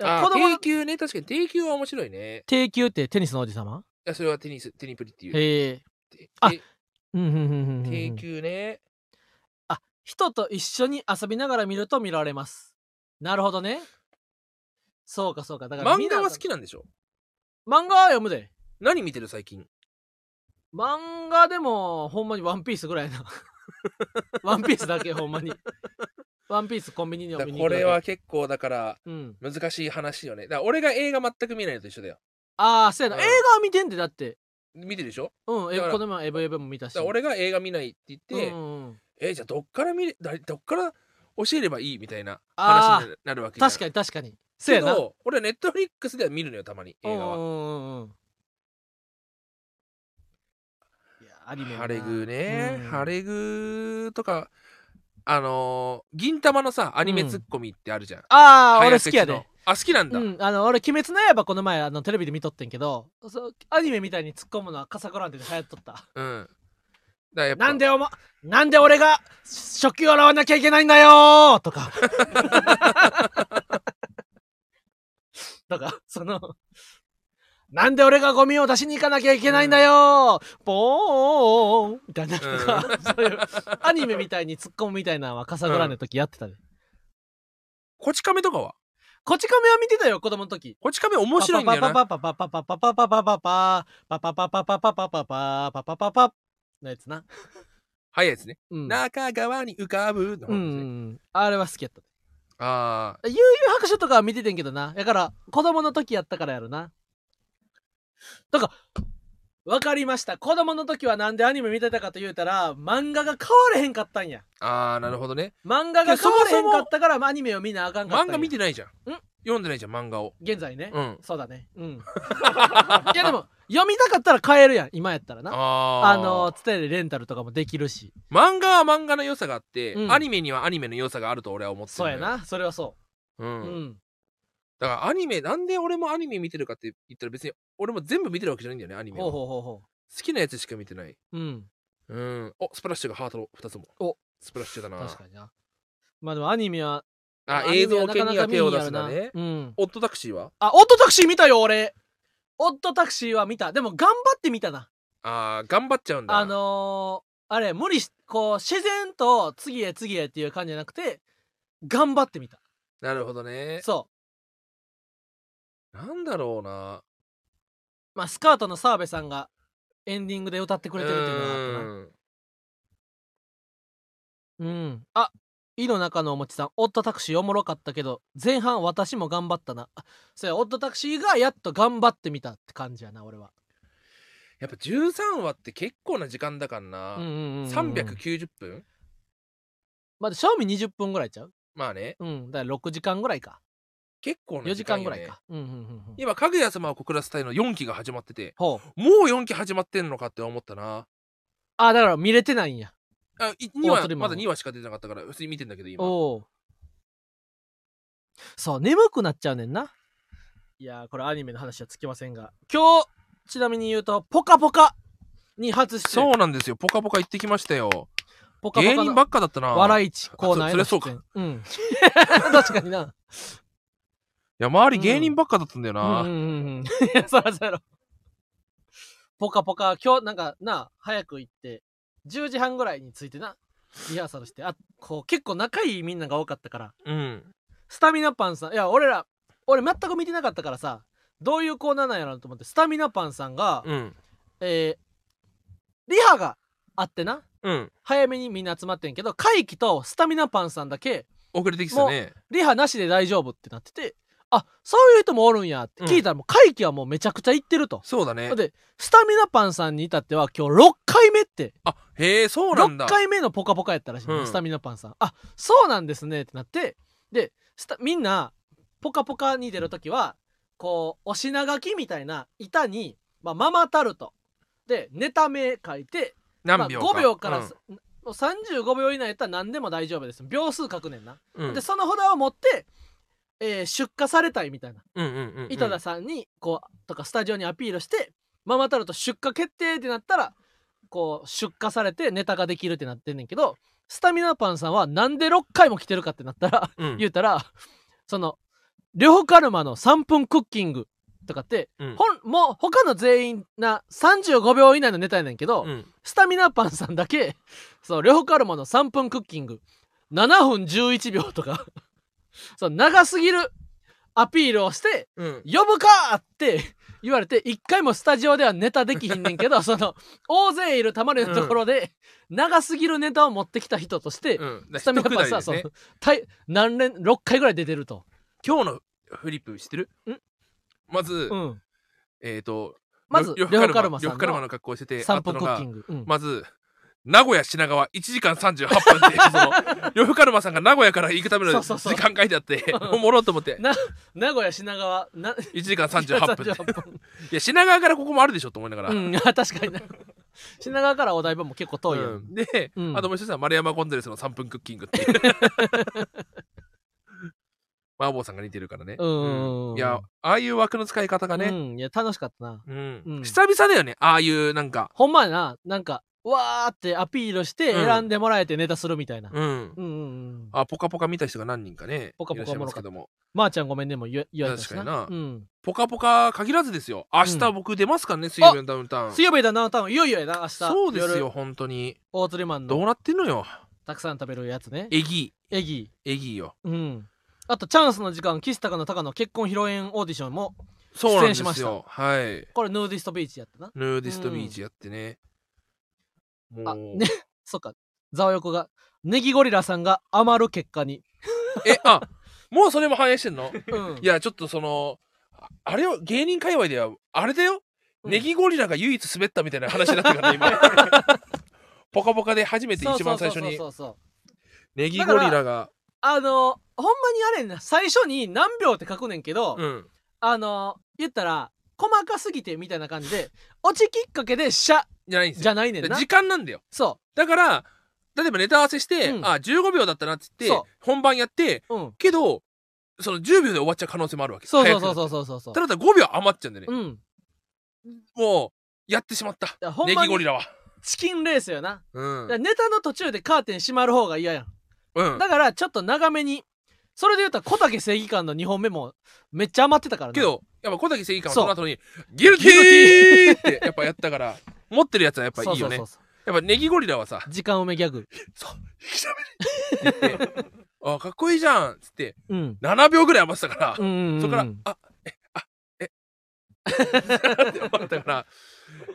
いうん、やあ子ー供定休ね、確かに定休は面白いね。定休ってテニスのおじさまいやそれはテニス、テニプリっていう。へえ。てあてうんうんうんうんうん定休ね。人と一緒に遊びながら見ると見られます。なるほどね。そうかそうか。だから漫画は好きななんでしょ漫画は読むで。何見てる最近漫画でもほんまにワンピースぐらいな。 ワンピースだけほんまに。ワンピースコンビニにだ読かみらに行こくだけれは、結構だからうん。難しい話よね。だから俺が映画全く見ないのと一緒だよ。ああ、そうやな。うん映画は見てんで、だって。見てるでしょうん、えだからこの前エブエブも見ただし。から俺が映画見ないって言って、うんうんうんえじゃあどっから見れだどっから教えればいいみたいな話になるわけじゃん確かに確かに。そうけやな。ど俺ネットフリックスでは見るのよたまに映画うは。んうんうんうんいやアニメやなハレグーね、うんハレグーとかあのー銀魂のさアニメツッコミってあるじゃん。ああ、早俺口好きやので。あ好きなんだ。うん、あの俺「鬼滅の刃」この前あのテレビで見とってんけどそうアニメみたいに突っ込むのはカサゴランテで流行っとったうん。だからやっぱなんでおもなんで俺が食器を洗わなきゃいけないんだよーとかとかそのなんで俺がゴミを出しに行かなきゃいけないんだよー、ボーンみたいなとか、そういうアニメみたいに突っ込むみたいなのはカサゴランテの時やってたね、こち亀とかはこち亀は見てたよ子供の時こち亀面白いんだよな。パパパパパパパパパパパパパパパパパパパパパパパパのやつな。早いですね。うん。中川に浮かぶうの方ですね、ん。あれは好きやった。ああ悠々白書とかは見ててんけどな。だから、子供の時やったからやろな。だから、わかりました。子供の時はなんでアニメ見てたかと言うたら、漫画が変われへんかったんや。ああなるほどね漫画が変われへんかったから、アニメを見なあかんかったんや。漫画見てないじゃんん読んでないじゃん漫画を現在ね。うんそうだね。うん。 いやでも、読みたかったら変えるやん。今やったらな。あああの、ツタヤでレンタルとかもできるし。漫画は漫画の良さがあって、うんアニメにはアニメの良さがあると俺は思ってるそうやのよ、な。それはそうう。んうん。だからアニメなんで俺もアニメ見てるかって言ったら別に俺も全部見てるわけじゃないんだよねアニメはほうほうほうほ。好きなやつしか見てないううん。うんおスプラッシュがハートの2つもおスプラッシュだな確かにな。まあでもアニメは。あアニメ映像系には手を出すなかなかな見んやねろなうん。オットタクシーはあ、オットタクシー見たよ、俺。オットタクシーは見た。でも頑張って見たな。ああ頑張っちゃうんだあのー、あれ、無理し、こう、自然と次へ次へっていう感じじゃなくて、頑張ってみた。なるほどねそなんだろうなう。まあ、スカートの澤部さんがエンディングで歌ってくれてるっていうのがあったな。うんうん。あ、井の中のおもちさん、オットタクシーおもろかったけど、前半私も頑張ったな。あそうや、オットタクシーがやっと頑張ってみたって感じやな、俺は。やっぱ13話って結構な時間だからな、うんうんうん、うん。 390分まだ、賞味20分ぐらいちゃうまあねうん。だから6時間ぐらいか。結構4な時時間ぐ間よらねいか。うんうんうんうん。今「かぐや様を告らす隊」の4期が始まっててほう。もう4期始まってんのかって思ったなあ、だから見れてないんや。あい2おそれ話もまだ2話しか出てなかったから普通に見てんだけど今おお。そう、眠くなっちゃうねんな。いやー、これアニメの話はつきませんが。今日、ちなみに言うと、ポカポカに初出演。そうなんですよ「ぽかぽか」行ってきましたよポカポカ芸の人ばっかだったな 笑い市コーナーへのあそそれそう出演うん確かになや、周り芸人ばっかだったんだよな。うんうんうんうん。いや、そらそうやろ。ポカポカ、今日、なんか、なあ、早く行って、10時半ぐらいに着いてな、リハーサルして、あ、こう、結構仲いいみんなが多かったから、うん。スタミナパンさん、いや、俺ら、俺全く見てなかったからさ、どういうコーナーなんやろうと思って、スタミナパンさんが、うん。えーリハがあってな、うん。早めにみんな集まってんけど、会期とスタミナパンさんだけ、遅れてきてたね。リハなしで大丈夫ってなってて、あ、そういう人もおるんやって聞いたら、もう会期はもうめちゃくちゃ行ってると。そうだね。で、スタミナパンさんに至っては今日6回目って、あ、へえ、そうなん6だ。回目のポカポカやったらしいね、うんスタミナパンさん。あ、そうなんですねってなって、で、スタみんな、ポカポカに出るときは、こう、お品書きみたいな板に、まあ、ママタルト。で、ネタ名書いて、ま何あ、秒5秒から、うすもう35秒以内やったら何でも大丈夫です。秒数書くねんな。んうんで、その札を持って、えー出荷されたいみたいな。うんうんうんうん井戸田さんにこうとかスタジオにアピールしてママタルト出荷決定ってなったらこう出荷されてネタができるってなってんねんけどスタミナパンさんはなんで6回も来てるかってなったらうん言うたらその両カルマの3分クッキングとかって、うんほんもう他の全員な35秒以内のネタやねんけど、うんスタミナパンさんだけそう両カルマの3分クッキング7分11秒とか そう長すぎるアピールをしてうん呼ぶかって言われて一回もスタジオではネタできひんねんけ どその大勢いるたまりのところで、長すぎるネタを持ってきた人として、うんスタミナパンさん、一そうくだりでねたい何連6回ぐらい出てると、今日のフリップ知ってるんまずう、ん、えっと、まず呂布呂布カルマ呂さん布カルマのの格好をしてて、あ散っ歩たのクッがキング、うんまず、名古屋品川1時間38分で、 その、呂布カルマさんが名古屋から行くためのそう時そうそう間書いてあって、おもろと思って、な名古屋品川な1時間38分で。 38分いや、品川からここもあるでしょと思いながら。うんあ確かにな品川からお台場も結構遠いよ、うんで、うんあともう一つは丸山ゴンザレスの3分クッキングっていう 麻婆さんが似てるからね、うんうんうんいやああいう枠の使い方がうね、んいや楽しかったなうんうん久々だよねああいうなんかほんまやななんかわーってアピールしてうん選んでもらえてネタするみたいな、ううんんうんうん。あポカポカ見た人が何人かねポカポカいらっしゃいますけどもまー、ちゃんごめんねも言わ言われたし確かうにん。ポカポカ限らずですよ明日僕出ますからね、水曜日のダウンタウン水曜日だな、多分いよいよやな、明日。そうです夜よ。本当に大釣りマンどのうなってんのよたくさん食べるやつね。エギエギーエギーよー。うん。あと、チャンスの時間、岸高の高の結婚披露宴オーディションも、そうなんで出演すしまよはいこれ、ヌーディストビーチやったな。ヌーディストビーチやってね、あ、もうね、 そっか。ザワヨコが、ネギゴリラさんが余る結果に。 えあもうそれも反映してん のうん。いやちょっとそのああれを芸人界隈ではあれだよ、うんネギゴリラが唯一滑ったみたいな話になったからね今 ポカポカで初めてそうそ一う番そう最そう初にそうそう。ネギゴリラがあの、ほんまにあれやな、最初に何秒って書くねんけど、うんあの、言ったら、細かすぎてみたいな感じで、落ちきっかけでシャじゃないんですじよゃないねんな。時間なんだよそだから例えばネタ合わせして、うんあ15秒だったなって言っそて本番やってう。うん。けどその10秒で終わっちゃう可能性もあるわけそうそうそううそうそうそうそう。ただ5秒余っちゃうんだよね、うん。いもうやってしまったやほんネまギゴリにラはチキンレースよな。うだんからネタの途中でカーテン閉まる方が嫌やん。うんだからちょっと長めに。それで言うたら小竹正義感の2本目もめっちゃ余ってたからね。けど、やっぱ小竹正義感はそそうの後に、ギルティーってやっぱやっ たから、持ってるやつはやっぱいそういそようねそう。そう。やっぱネギゴリラはさ、 時間埋めギャグ。そう、引き喋りって言って、あ、かっこいいじゃんっつって、うん。 7秒ぐらい余ってたから、うんうんうん。そこから、あ、え、あ、え、って思ったから、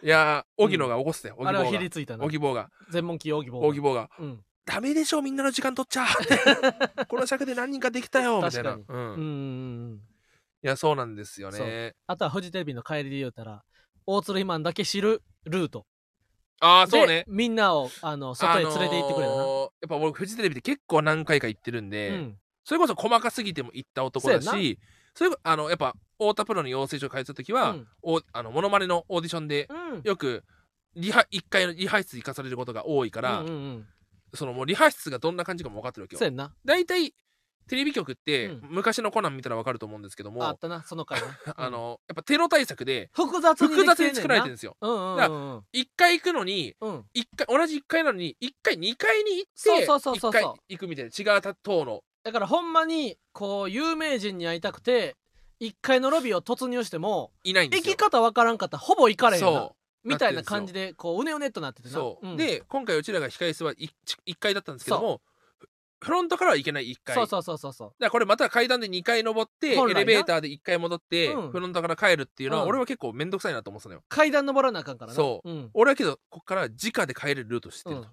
いやー、荻野が起こすてよ、あ荻れはひ野りが。ついたな。荻坊が、全問記荻棒。荻坊が、うん。ダメでしょ、みんなの時間取っちゃ って。この尺で何人かできたよ、みたいな。確ううんんうんう。んうん。いや、そうなんですよね。あとはフジテレビの帰りで言うたら、大鶴ひまんだけ知るルート。ああ、そうで。ねみんなを、あの、外へ連れて行ってくれたあな。のーやっぱ俺フジテレビで結構何回か行ってるんで、うん。それこそ細かすぎても行った男だそうやしそれこあのやっぱ太田プロの養成所通った時は、おあのモノマネのオーディションでうん。うん。よくリハ1回のリハ室行かされることが多いから、うんうんうん。そのもうリハ室がどんな感じかも分かってるわけそうやよ。んな。大体テレビ局って、うん昔のコナン見たら分かると思うんですけどもあああったな、その回 な。うんのやっぱテロ対策で複雑に複雑にでき作られてるんねんなんですよ。うんうん1回行くのにうんうん一回同じ1回なのに1回2回に行そうそうそっうてそう1回行くみたいな違う塔のだからほんまにこう有名人に会いたくて1階のロビーを突入してもいないんで行すよき方わからんかったらほぼ行かれへんなそみたいな感じでこううねうねっとなっててうなそう、んで今回うちらが控え室は 1, 階だったんですけどもフロントからは行けない1階そうそうそうそうそだからこれまた階段で2階登って本来エなレベーターで1階戻って、うんフロントから帰るっていうのは、うん俺は結構面倒くさいなと思ってたのよう階段登らなあかんからな、そうん俺はけどこっから直で帰れるルート知ってるうと、ん、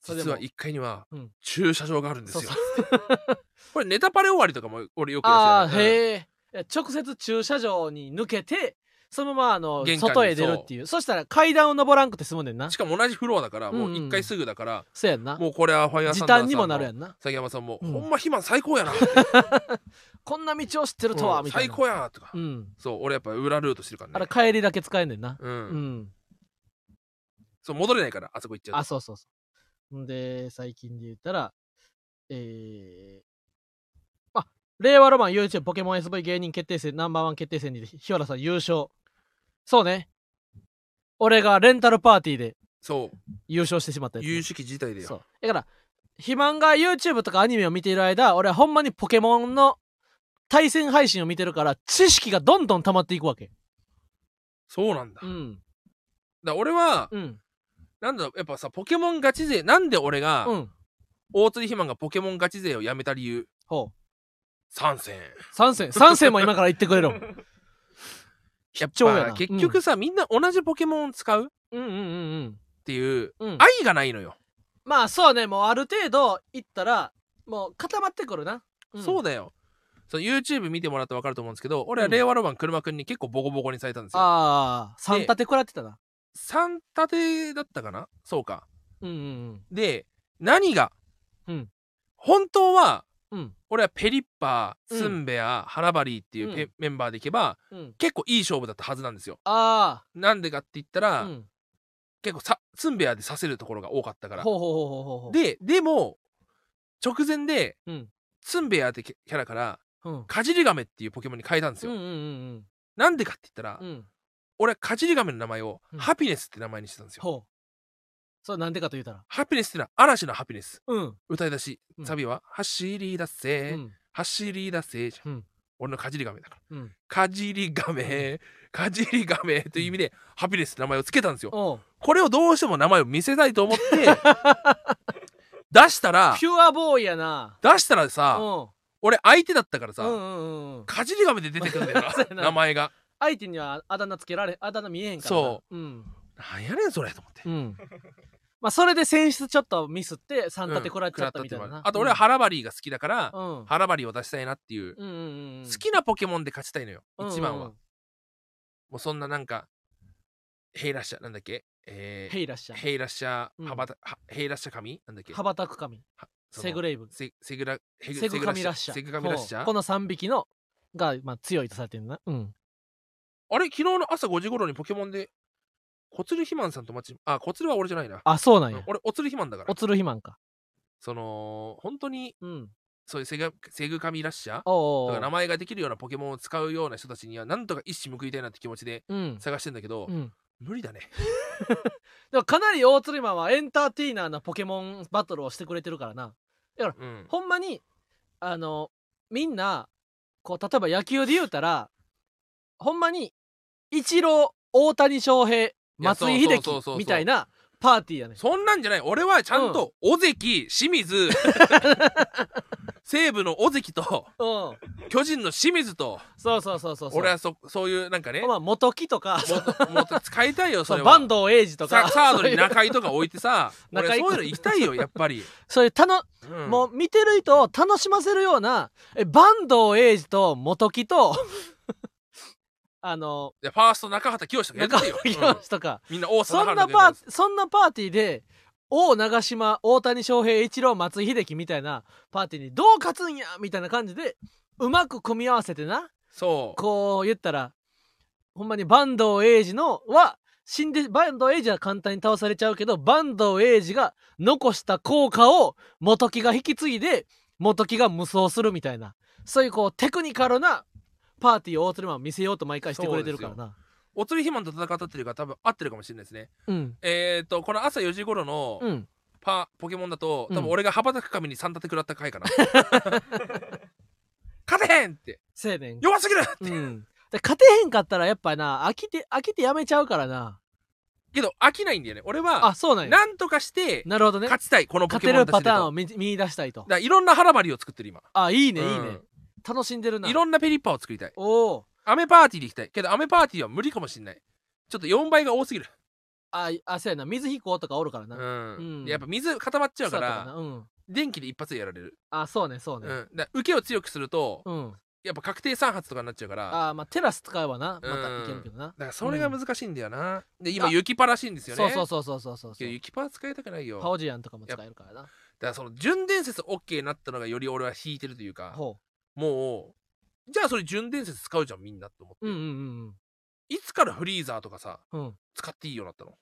それで実もは1階にはうん駐車場があるんですそよ、う これネタパレ終わりとかも俺よくやああってたのよへえいや直接駐車場に抜けてそのままあの玄関に外へ出るっていうそしたら階段を登らんくて済むねんうなんしかも同じフロアだからもう1階すぐだから、そうやんなもうこれはファイアー時サンダーさん短もにもなるやんな崎山さんも、うんほんま暇最高やなってこんな道を知ってるとは、うんみたい最な高やなとか、うんそう俺やっぱ裏ルートしてるからねあれ帰りだけ使えんねんなううんん、そう戻れないからあそこ行っちゃうとあそうそうそうほんで最近で言ったらえー、あ令和ロマン YouTube ポケモン SV 芸人決定戦ナンバーワン決定戦に日原さん優勝そうね俺がレンタルパーティーでそう優勝してしまったやつね有識自体でそよう。だから、肥満が YouTube とかアニメを見ている間、俺はほんまにポケモンの対戦配信を見てるから、知識がどんどん溜まっていくわけ。そうなんだ。うだかん。ら俺は、うん。なんだろうやっぱさ、ポケモンガチ勢、なんで俺が、うん。大釣り肥満がポケモンガチ勢をやめた理由、ほう。参戦。三戦、三戦も今から言ってくれろ。やっ重やぱな結局さ、みんな同じポケモンを使うっ うんうんうんていう、うん。うん。愛がないのよ。まあそうね、もうある程度行ったら、もう固まってくるな。そうだ。だよ。その YouTube 見てもらったら分かると思うんですけど、う俺はん令和ロマン車くんに結構ボコボコにされたんですよ。ああ、三立て食らってたな。三立てだったかなそうか。うんうんで、何が、うん本当は、うん。俺はペリッパー、うんツンベア、ハラバリーっていうペうんメンバーでいけば、うん。うん。結構いい勝負だったはずなんですよ。あなんでかって言ったあ。ら、うん。結構さツンベアで刺せるところが多かったから。ほうほうほうほうほうほう。、ででも直前でうん。ツンベアってキャラからうん。カジリガメっていうポケモンに変えたんですうんよ。うんうんなんでかって言ったら、うん。うん。俺はカジリガメの名前を、うんハピネスって名前にしてたんですよ。ほう。それなんでかと言うたら。ハピネスってのは嵐のハピネス。うん。歌い出し、うんサビは、走り出うせ、ん。走り出せじゃん。うん俺のカジリガメだから。うん。カジリガメ、カジリガメという意味で、ハピネスって名前をつけたんですよ。おうこれをどうしても名前を見せたいと思って 出したらピュアボーイやな。出したらうさん。俺相手だったからさ、うんうんうんうん。かじり亀で出てくるんだよ そうやなな名前が相手にはあだ名つけられ、あだ名見えへんからな。。そううん。なんやねんそれと思ってうん。まあ、それで選出ちょっとミスって、三立て食らっちゃったうんみたいな食らな。っあと俺はハラバリーが好きだから、うん、うん。ハラバリーを出したいなっていう、うんうんうん。好きなポケモンで勝ちたいのよ、うんうん一番は。もうそんななんかヘイラッシャーなんだっけえーヘイラッシャー。ヘイラッシャうーん羽ばたはヘイラッシャー神なんだっけ羽ばたく神。そのセグレイブ。セセグラヘセグ神ラッシャー。セグ神ラッシャほーうこの三匹のが、まあ、強いとされてるな。うん。あれ昨日の朝5時頃にポケモンで、コツルヒマンさんと待ち、あ、コツルは俺じゃないな。あ、そうなんうんや。俺、オツルヒマンだからお。つるひまんか。その、本当に、うん。そういうセグセグカミラッシャーおとうおうおかう名前ができるようなポケモンを使うような人たちには、なんとか一矢報いたいなって気持ちでうん。探してんだけど、うん。無理だね。でもかなり大鶴マンはエンターテイナーなポケモンバトルをしてくれてるからなうん。ほんまにあのみんなこう例えば野球で言うたらほんまにイチロー大谷翔平松井そ秀うそうそうそうそ喜うみたいなパーティーやねそんなんじゃない。俺はちゃんと、尾関、清水、西武の尾関と、うん巨人の清水と、そうそうそうそうそう俺はそ、そういう、なんかね、まあ元木とかもっと もっと使いたいよ、そそうれは。坂東栄治とさかサードそういにう中井とか置いてさ 俺中井そういうの行きたいよやっぱり、そういうたの、うんもう見てる人を楽しませるようなえ坂東栄治と元木 とあのいやファースト中畑清とかやってよ、中うん川とか、みんな王そ貞ん治なのパーそんなパーティーで王長嶋大谷翔平一郎松井秀喜みたいなパーティーにどう勝つんやみたいな感じでうまく組み合わせてなそうこう言ったらほんまに坂東栄治のは死んで坂東栄治は簡単に倒されちゃうけど坂東栄治が残した効果を元木が引き継いで元木が無双するみたいなそういうこうテクニカルなパーティーを大鳥マンは見せようと毎回してくれてるからな。おつりひまんと戦ったっていうか多分合ってるかもしれないですねうん、えっ、ー、とこの朝4時頃のうんパ、ポケモンだとうん 多分俺が羽ばたく神に三立て食らった回かな、勝てへんってせやねん。弱すぎるうん。で勝てへんかったらやっぱな、飽きて、飽きてやめちゃうからな。けど飽きないんだよね俺はあ、そうなんや。なんとかしてなるほどね。勝ちたいこのポ勝ケてモンるたちパでとターンをだか見見出したいと。らいろんな腹張りを作ってる今あ、いいね、いいね。うん楽しんでるな。いろんなペリッパーを作りたいおお。アメパーティーで行きたいけどアメパーティーは無理かもしれないちょっと4倍が多すぎるあ、いあ、そうやな。水飛行とかおるからうな。ん、うんでやっぱ水固まっちゃうそかうやったらなうん。電気で一発でやられる、あ、そうね、そううね。ん、だから受けを強くすると、うん。やっぱ確定3発とかになっちゃうからだかあーまあテラス使えばなまうたんいけるけどな、らそれが難しいんだよな、であ今雪パらしいんですよそねうそうそうそうそうそうけど雪パは使いたくないよパオジアンとかも使えるからなだからその純伝説 OK になったのがより俺は引いてるというかほもうじゃあそれ純伝説使うじゃんみんなって思って、ううんうんうんいつからフリーザーとかさうんうん使っていいようになったの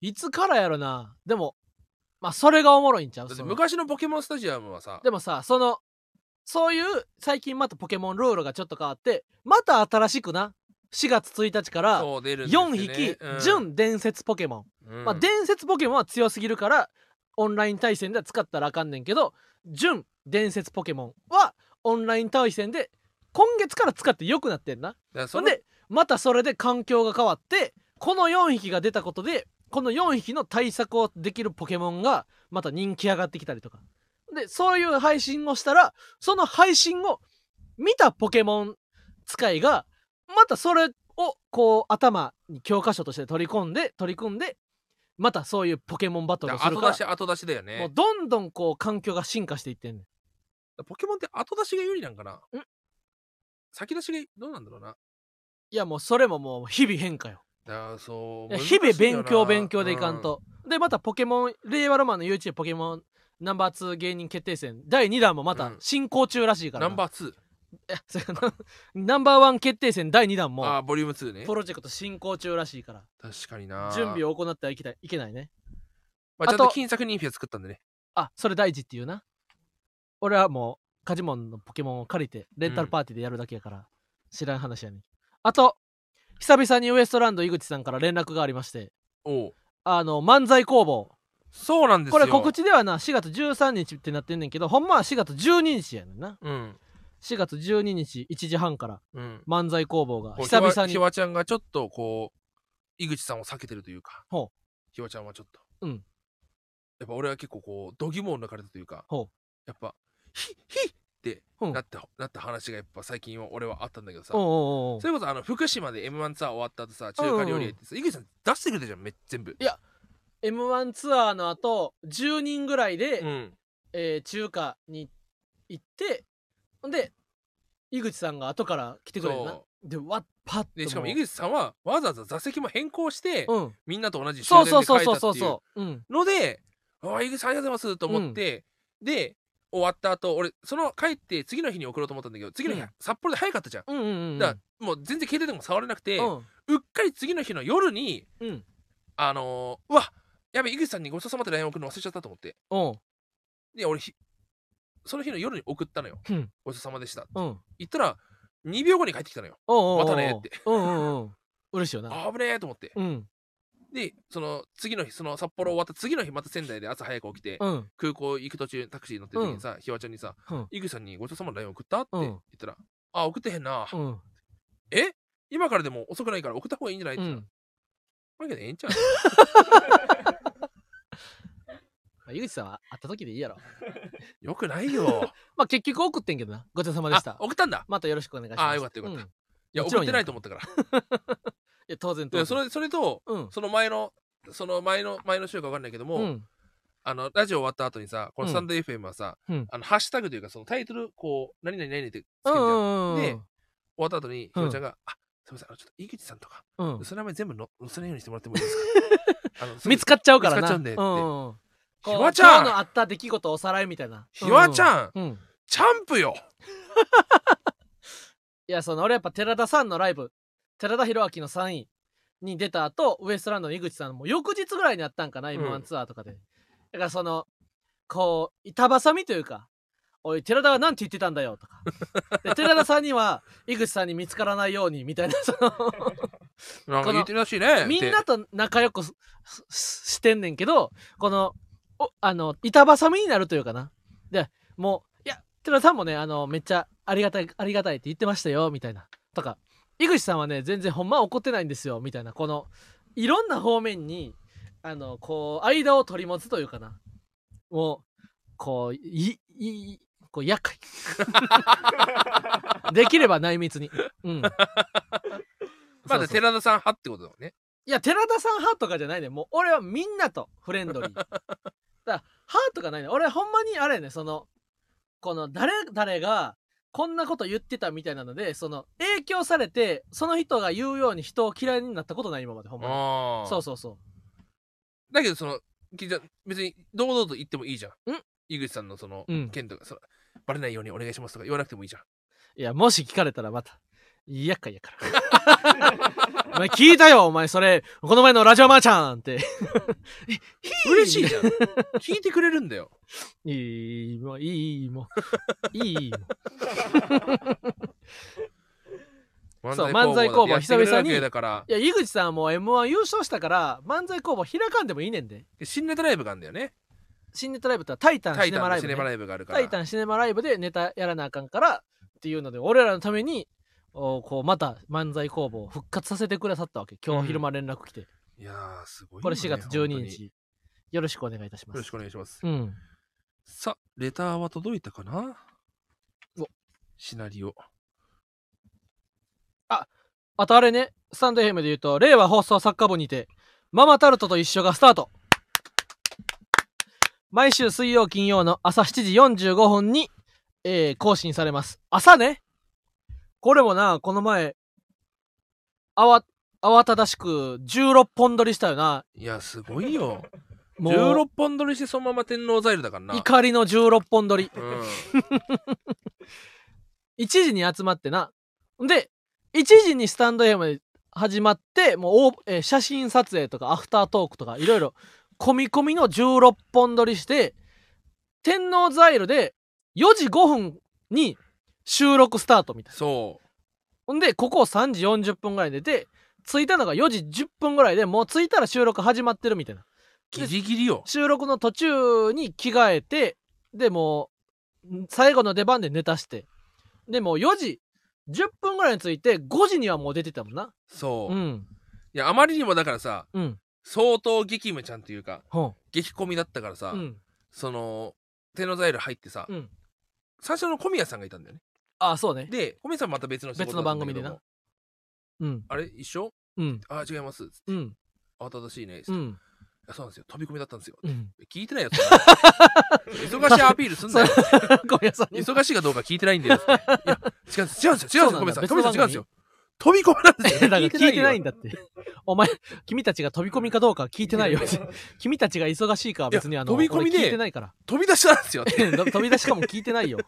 いつからやろなでもまあそれがおもろいんちゃうだってその昔のポケモンスタジアムはさでもさそのそういう最近またポケモンルールがちょっと変わってまた新しくな4月1日からそう出るんですよ4ね匹うん純伝説ポケモン、うんまあ伝説ポケモンは強すぎるからオンライン対戦では使ったらあかんねんけど純伝説ポケモンはオンライン対戦で今月から使って良くなってんなだからそそんのでまたそれで環境が変わってこの4匹が出たことでこの4匹の対策をできるポケモンがまた人気上がってきたりとかでそういう配信をしたらその配信を見たポケモン使いがまたそれをこう頭に教科書として取り込んで取り組んでまたそういうポケモンバトルをだすからる後か出しら後出しだよもうねどんどんこう環境が進化していってんねんポケモンって後出しが有利なんかなん先出しがどうなんだろうないやもうそれももう日々変化よだからそういや難し日々いよ勉な強勉強でいかんうと、でまたポケモン令和ロマンの YouTube ポケモンナンバー2芸人決定戦第2弾もまうたん進行中らしいからナな、ンバーいやそれな ナンバー1決定戦第2弾2あもあボリューム2ねプロジェクト進行中らしいから確かにな準備を行ってはいけないいけないねまあ、あちゃんとと金策ニンフィア作ったんでねあそれ大事っていうな俺はもうカジモンのポケモンを借りてレンタルパーティーでやるだけやから、知らん話やねんあと久々にウエストランド井口さんから連絡がありましておうあの漫才工房そうなんですこよれ告知ではな4月13日ってなってんねんけどほんまは4月12日やねんなうん4月12日1時半からうん漫才工房がこう久ひわ々ひにわちゃんがちょっとこう井口さんを避けてるというかほひわちゃんはちょっとうんやっぱ俺は結構こう度肝を抜かれたというかほうやっぱヒッヒッってうんなった、なった話がやっぱ最近は俺はあったんだけどさおうおうおうそれこそあの福島で m 1ツアー終わった後さ中華料理屋行ってさ、井口さん出してくれたじゃんめっ全部 m 1ツアーの後10人ぐらいで、うんえー中華に行ってほんで井口さんが後から来てくれるなそでわっパッとでしかもう井口さんはわざわざ座席も変更して、うんみんなと同じ終そう電でそう帰そうったそうってそうそういううんので「ああ井口さんありがとうございます」と思って、で終わった後俺その帰って次の日に送ろうと思ったんだけど次の日、うん札幌で早かったじゃん、うんうんうんだからもう全然携帯でも触れなくて、うっかり次の日の夜にうんうんあのーうわやべ井口さんにごちそうさまって LINE 送るの忘れちゃったと思ってうんで俺ひその日の夜に送ったのよ、うんごちそうさまでしたうんうん言ったら2秒後に帰ってきたのよおうおうおうまたねってうんうんうん嬉しいよなあ危ねえと思ってうんでその次の日その札幌終わった次の日また仙台で朝早く起きて、うん空港行く途中にタクシー乗ってる時にさ、ひわちゃんにさうん「井口さんにごちそうさまの LINE 送った?」ってうん言ったら「あ送ってへんな、うんえ今からでも遅くないから送った方がいいんじゃない?」ってう言ったんら「わけでええんちゃう?まあ、井口さんは会った時でいいやろ。」よくな いよまあ結局送ってんけどな。ごちそうさまでしあた。送ったんだまたよろしくお願いします。あよかったよかったうんいいやもちろ送んってないと思ったからや、当然当で然。それそれとうん。その前のその前の前の週か分かんないけども、うん。あのラジオ終わった後にさこのうんスタンド FM はさ、うんあのハッシュタグというかそのタイトルこう「何々何々」ってつうけるじゃん、終ん。うん。でわった後にひうんわちゃんが「あすみませんあのちょっと井口さんとかうん。その名前全部の載せないようにしてもらってもいいです かあのすぐ見つかっちゃうからな。見つかっちゃうんでってうんうん。ひこうわちゃ今日のんあった出来事をおさらいみたいな。ひわちん。ゃんうん。チャンプよいや、その俺やっぱ寺田さんのライブ、寺田博明の3位に出た後、ウエストランドの井口さんも翌日ぐらいにあったんかな、ん M1 ツアーとかで。だからその、こう、板挟みというか、おい、寺田がなんて言ってたんだよとか。で寺田さんには、井口さんに見つからないように、みたいな、その、なんこのか言ってるらしいねみんってなと仲良くすすしてんねんけど、この、おあの、板挟みになるというかな。で、もう、いや、寺田さんもね、あの、めっちゃありがたい、ありがたいって言ってましたよ、みたいな。とか、井口さんはね、全然ほんま怒ってないんですよ、みたいな。この、いろんな方面に、あの、こう、間を取り持つというかな。もう、こう、い、い、いこう、厄介。できれば内密に。うん。まそうそだう寺田さん派ってことだもんね。いや、寺田さん派とかじゃないね。もう、俺はみんなとフレンドリー。だから、派とかないね。俺、ほんまに、あれやね、その、この、誰、誰が、こんなこと言ってたみたいなので、その、影響されて、その人が言うように人を嫌いになったことない、今まで、ほんまに。ああ。そうそうそだけど、その、きじゃ別に堂々と言ってもいいじゃん。ん井口さんのその、う。うん。件とか、そのバレないようにお願いしますとか言わなくてもいいじゃん。いや、もし聞かれたらまた、厄介やから。 お前聞いたよ、お前、それ、この前のラジオマーちゃんって。嬉しいじゃん。 聞いてくれるんだよ。いい、もう、いい、もう、いい、もう。そう漫才工房だってやってくれるわ久々けにだから、いや、井口さんはもう M1 優勝したから、漫才工房開かんでもいいねんで。新ネタライブがあるんだよね。新ネタライブってのはタイタンタシイネタマンラのイシブ、ネねマライブがあるから。タイタンシネマライブでネタやらなあかんからっていうので、俺らのために、おこうまた漫才工房を復活させてくださったわけ。今うん日昼間連絡来て。いやー、すごいよね、これ4月本当12に日。よよろしくお願いいたしまろすし。くお願いします。うん。さあ、レターは届いたかなうわシナリオ。あとあれね、スタンド FM で言うと、令和放送作家部にて、ママタルトと一緒がスタート。毎週水曜金曜の朝7時45分に、えー更新されます。朝ねこれもな、この前、あわ、慌ただしく16本撮りしたよな。いや、すごいよ。 もう、 16本撮りしてそのまま天王ザイルだからな。怒りの16本撮り。うん。 1時に集まってな。で、1時にスタンド FM で始まって、もうお、えー写真撮影とかアフタートークとかいろいろ、込み込みの16本撮りして、天王ザイルで4時5分に収録スタートみたいな。そほんで、ここを3時40分ぐらいに出て、着いたのが4時10分ぐらいでもう着いたら収録始まってるみたいな。 う。ギリギリよ。収録の途中に着替えてでもうん最後の出番でネタしてでもう4時10分ぐらいに着いて5時にはもう出てたもんなそう。ういんや、あまりにもだからさ、うん相当激務ちゃんというか、ほ激込みだったからさ、ううんその、天王ザイル入ってさ、うん最初の小宮さんがいたんだよね。あそうねで、小宮さんまた別の仕事別の番組でだなったんだうんけども。あれ一緒うんあ、違います。うん慌ただしいね。ういんやそうなんですよ。飛び込みだったんですよ。うん聞いてないよ。 そんなの忙しいアピールすんなよ。小宮さんに忙しいかどうか聞いてない んだよ。いや、違うんですよ。違うんですよ。違うんですよ。そうなごめんんだなさい。ごめんなさい。違うんで別の番組すよ。飛び込みなんですだかよ。ら 聞いてないんんだってお前君たちが飛び込みかどうかは聞いてないよ君たちが忙しいかは別にあのいや飛び込みで俺聞いてないから飛び出しなんです よ。飛び出しかも聞いてないよ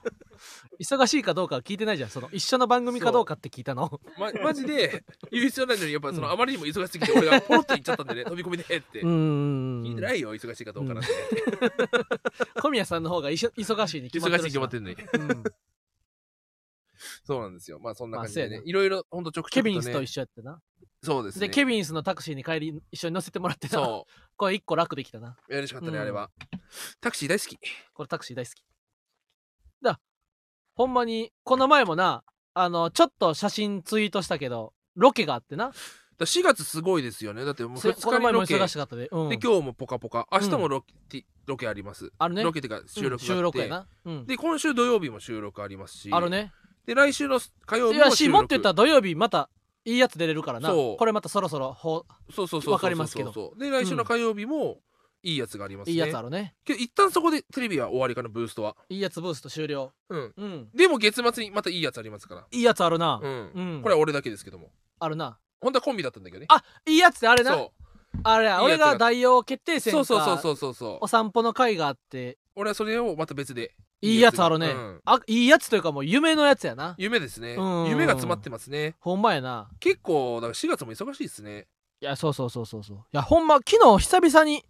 忙しいかどうかは聞いてないじゃんその一緒の番組かどうかって聞いたのま、マジで、言う必要ないのに、やっぱその、うんあまりにも忙しすぎて、俺がポロッと言っちゃったんでね、飛び込みでって。うん聞いてないよ、忙しいかどうかなんて。小宮さんの方がいし忙しいに決まって忙しるい決まってる、んのに。うんそうなんですよ。まあ、そんな感じでまあそうねや。ないろいろ、ほんと、ちょくちケょくとビね。ンスと一緒やってなそうですで,、ね。ケビンスのタクシーに帰り一緒に乗せてもらってなそこれ一個楽できたなう。嬉しかったね、うんあれは。タクシー大好き。これタクシー大好きだほんまにこの前もなあのちょっと写真ツイートしたけどロケがあってなだ4月すごいですよね。だってもう2こ日のに前ロもケ。忙で、今しかったで,、うん、日もポカポカ。明日もロケ、ロケあります。あるねロケっていうか収録うんが収あっ録て、やな、うん、で今週土曜日も収録ありますしあるねで来週の火曜い日も収や録しもっと言ったら土曜日またいいやつ出れるからなそうこれまたそろそろほそうそうそうそうわかりますけどそうそうで来週の火曜日もいいやつがありますいねいやつあるねけど一旦そこでテレビは終わりかなブーストはねいいやつブースト終了うんうんでも月末にまたいいやつありますからいいやつあるな、うん、うんこれは俺だけですけどもあるな本当はコンビだったんだけどねあいいやつってあれなそあれやいいや俺つがが代用決定う戦そかうそうそうそうそうそうお散歩の会があって俺はそれをまた別でいいやつあるね、うんあいいやつというかもう夢のやつやな夢ですねうん夢が詰まってますねほんまやな結構だから4月も忙しいですねいやそうそうそうそうそういやほんま昨日久々に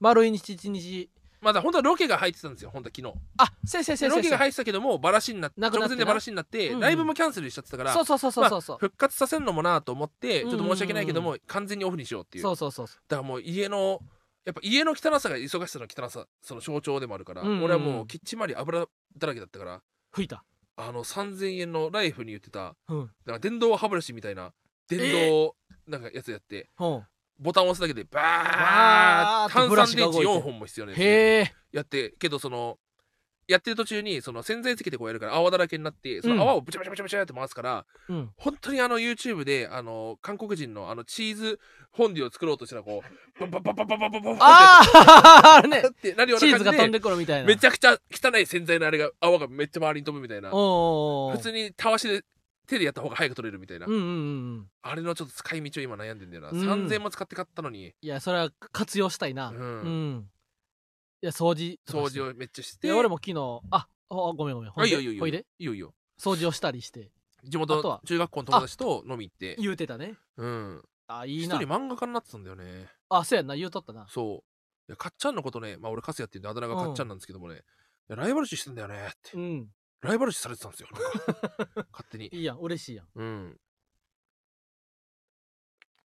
丸一日一日まだ本当はロケが入ってたんですよ本当は昨日あせいせいせいせロいケせがい入ってたけどもバラシになってなくな直ってな前でバラシになって、うんうんライブもキャンセルしちゃってたからそうそうそうそうそうそう、まあ復活させるのもなと思ってちうょんっうんうんと申し訳ないけども、完全にオフにしようっていうそうそうそうそだからもう家のやっぱ家の汚さが忙しさの汚さその象徴でもあるから、うんうんうん俺はもうキッチン周り油だらけだったからう吹いたあの3000円のライフに言ってたうん。なんか電動歯ブラシみたいな電動なんかやつやってほボタンを押すだけでバーッバーッと炭ブラ酸シ電が動いて池4本も必要なうやつでへえ。やってけどそのやってる途中にその洗剤つけてこうやるから泡だらけになってその泡をブチャブチャブチャブチャって回すからうん。本当にあの YouTube であの韓国人のあのチーズフォンデュを作ろうとしたらこうバババババババババあああれね っ。てなるよチうーなズ感が飛んじででくるみたいな。めちゃくちゃ汚い洗剤のあれが泡がめっちゃ周りに飛ぶみたいなおー普通にたわしで手でやった方が早く取れるみたいなうんうんうんうん。あれのちょっと使い道を今悩んでんだよな、うん3000も使って買ったのにいや、それは活用したいな。う。うんんいや、掃除とか掃して。除をめっちゃしていや、俺も昨日、あ、あごめんごめん。ほあいいいでよいいよいいほよいでいいよいいよ掃除をしたりして。地あとは元中学校の友達と飲み行って言うてたね。うんあ、い一いな人。漫画家になってたんだよねあ、そうやんな、言うとったな。そういやかっちゃんのことねまあ俺カスヤって言うんであだ名がかっちゃんなんですけどもね、いやライバル視してんだよねって、うん。ライバル視されてたんですよなん か勝手にいいやん、嬉しいやん。うん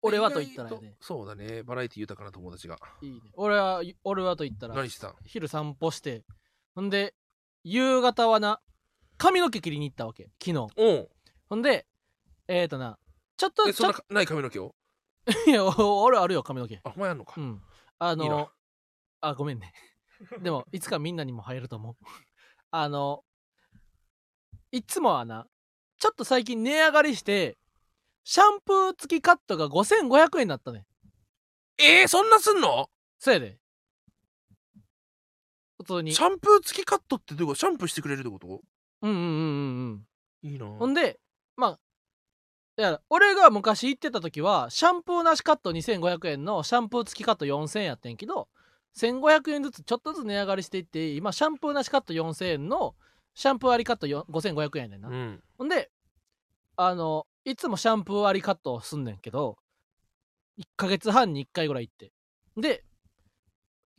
俺はと言ったら意や外ね。とそうだねバラエティ豊かな友達がいいね。俺は、俺はと言ったら、何してたん昼散歩して、ほんで、夕方はな、髪の毛切りに行ったわけ、昨日。おうほんで、えーとな、ちょっと、えちそんょっなかない髪の毛をと、 いや、お俺あるよ、髪の毛。あほんまやんのか、うん。あの、いいなあ、ごめんね。 でも、いつかみんなにも入ると思う。 あの、いつもはな、ちょっと最近値上がりして、シャンプー付きカットが5500円になったね。えー、そんなすんのそうやで。普通にシ。ャンプー付きカットってどういうことシャンプーしてくれるってことうんうんうんうんうん。いいなほんで、まあ、だから俺が昔行ってた時は、シャンプーなしカット2500円のシャンプー付きカット4000円やってんけど、1500円ずつちょっとずつ値上がりしていって、今、シャンプーなしカット4000円のシャンプーありカットよ5500円やねんな。うんほんで、あの、いつもシャンプーありカットをすんねんけど、1ヶ月半に1回ぐらい行って。で、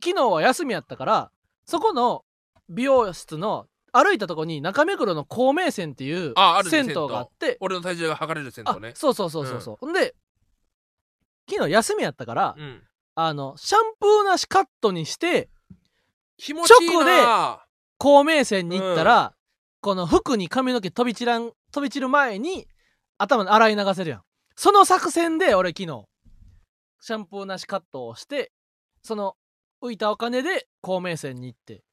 昨日は休みやったから、そこの美容室の歩いたとこに中目黒の孔明線っていうああるね銭湯があって、俺の体重が測れる銭あ湯ねそうそうそうそうそう。ほんで、昨日休みやったから、うんあの、シャンプーなしカットにして、気持ちいい直でな孔明線に行ったら、この服に髪の毛飛び散らん飛び散る前に頭に洗い流せるやんその作戦で俺昨日シャンプーなしカットをしてその浮いたお金で孔明線に行って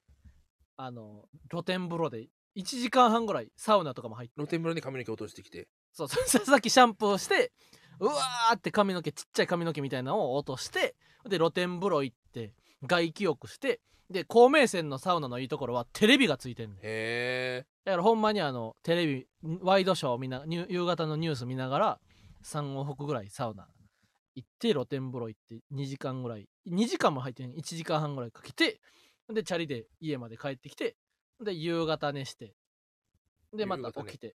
あの露天風呂で1時間半ぐらいサウナとかも入って露天風呂に髪の毛落としてきてそう そうそうさっきシャンプーしてうわーって髪の毛ちっちゃい髪の毛みたいなのを落としてで露天風呂行って外気浴してで孔明線のサウナのいいところはテレビがついてんねんへえだからほんまにあのテレビワイドショーを見なニュ夕方のニュース見ながら3往復ぐらいサウナ行って露天風呂行って2時間ぐらい2時間も入ってない1時間半ぐらいかけてでチャリで家まで帰ってきてで夕方寝してでまた夕方ね起きて、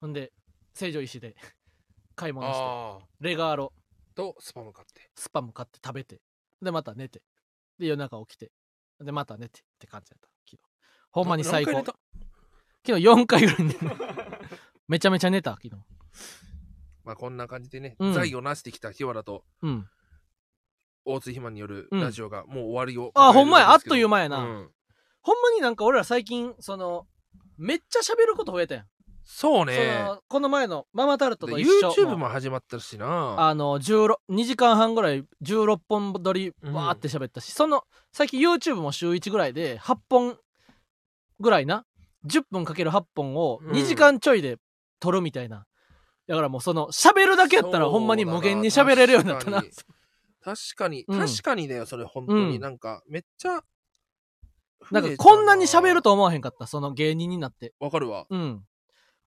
ほんで成城石井で 買い物してああレガーロとスパム買ってスパム買って食べてでまた寝てで夜中起きてでまた寝てって感じだった昨日ほんまに最高何回昨日4回ぐらい寝た寝ためちゃめちゃ寝た昨日まあこんな感じでね、うん財を成してきた日原とうん大津ひまによるうんラジオがもう終わりを、あほんまやあっという間やな、うんほんまになんか俺ら最近そのめっちゃ喋ること増えたやん、そうねそのこの前のママタルトでと一緒 YouTube もう始まったしなあの16 2時間半ぐらい16本撮りわーって喋ったし、その最近 YouTube も週1ぐらいで8本ぐらいな10分かける8本をうん2時間ちょいで撮るみたいな、だからもうその喋るだけやったらほんまに無限に喋れるようになったなそうだ確かにうん確かにだよそれ本当うにんなんかめっちゃなんかこんなに喋ると思わへんかったその芸人になってわかるわうん。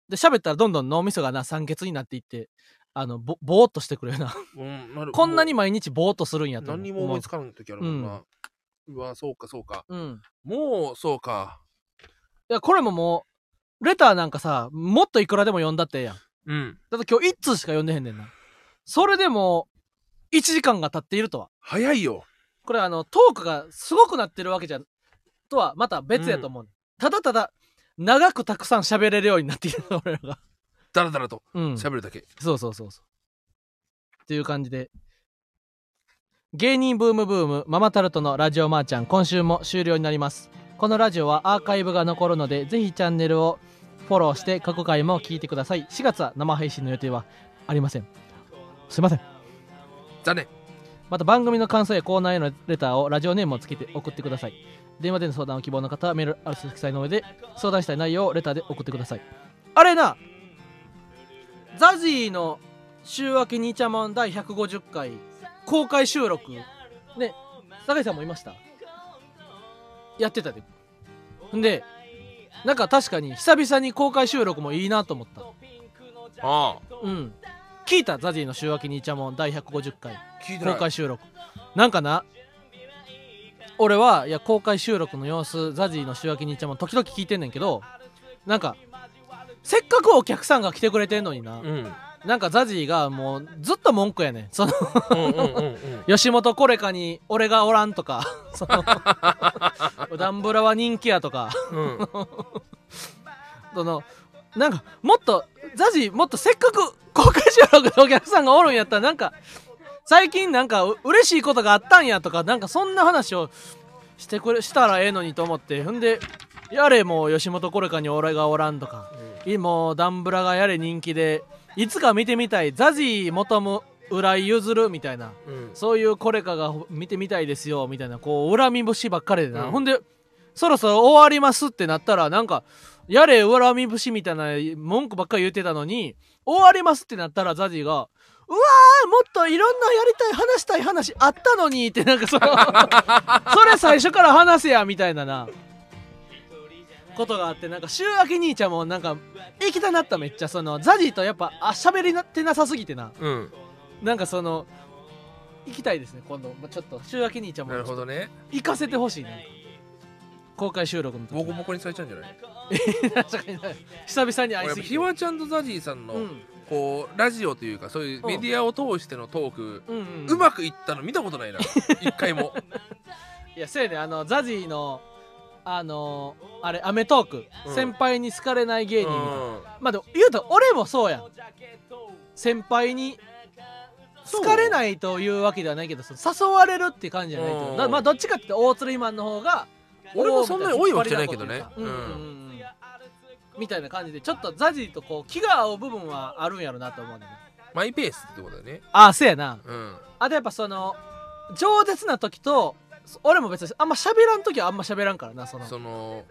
で、喋ったらどんどん脳みそがな、酸欠になっていって、あの、ぼ、ぼーっとしてくれるな。うんな るこんなにも毎日ぼーっとするんやうと思う。何にも思いつかない時あるもんな、うわそうかそうかうん。もうそうかいや、これももう、レターなんかさ、もっといくらでも読んだってええやん。うんだって今日1通しか読んでへんねんな。それでも、1時間が経っているとは。早いよこれあの、トークがすごくなってるわけじゃ、とはまた別やと思う。ただただ、長くたくさん喋れるようになっている俺らが。だらだらとうん。喋るだけ、そうそうそうそう。っていう感じで。芸人ブームブームママタルトのラジオマーちゃん今週も終了になりますこのラジオはアーカイブが残るのでぜひチャンネルをフォローして過去回も聞いてください4月は生配信の予定はありませんすいません残念また番組の感想やコーナーへのレターをラジオネームをつけて送ってください電話での相談を希望の方はメールアドレス記載の上で相談したい内容をレターで送ってくださいあれなザジーの週明けにちゃまん第150回公開収録ね酒井さんもいましたやってたでんでなんか確かに久々に公開収録もいいなと思ったあうん聞いたザジーの週明けにいちゃもん第150回あ聞いてな公い開収録なんかな俺はいや公開収録の様子ザジーの週明けにいちゃもん時々聞いてんねんけどなんかせっかくお客さんが来てくれてんのにな、うん、うんなんかザジーがもうずっと文句やねんその うんうんうん吉本コレカに俺がおらんとか そのダンブラは人気やとかうんうんそのなんかもっとザジもっとせっかく公開収録のお客さんがおるんやったらなんか最近なんかう嬉しいことがあったんやとかなんかそんな話をしてくれしたらええのにと思ってほんでやれもう吉本コレカに俺がおらんとかいもうダンブラがやれ人気でいつか見てみたいザジー求む浦井譲るみたいなうんそういうコレカが見てみたいですよみたいなこう恨み節ばっかりでな、うんほんでそろそろ終わりますってなったらなんかやれ恨み節みたいな文句ばっかり言ってたのに終わりますってなったらザジが「うわーもっといろんなやりたい話したい話あったのに」ってなんかその それ最初から話せやみたいななことがあってなんか週明け兄ちゃんもなんか行きたなっためっちゃそのザジとやっぱあ喋りなってなさすぎてなうんなんかその行きたいですね今度まあちょっと週明け兄ちゃんもなるほどね行かせてほしいなんか公開収録のボ時コボコにされちゃうんじゃない確かに久々に会い俺やっすぱぎひわちゃんとザジーさんの、うんこうラジオというかそういうメディアを通してのトーク、うんううん、まくいったの見たこと ないな一回もいやそうやねあのザジーのあのーあれ『アメトーーク』うん先輩に好かれない芸人みたいな、うんまあでも言うと俺もそうやん先輩に好かれないというわけではないけどその誘われるって感じじゃないとうんだまあどっちかって言ったら大釣りマンの方が俺もそんなに多いわけじゃないけどねうんうんうんううんみたいな感じでちょっとザジーとこう気が合う部分はあるんやろなと思うねマイペースってことだよねああそうやなうんあとやっぱその饒舌な時と俺も別にあんま喋らん時はあんま喋らんからなそのその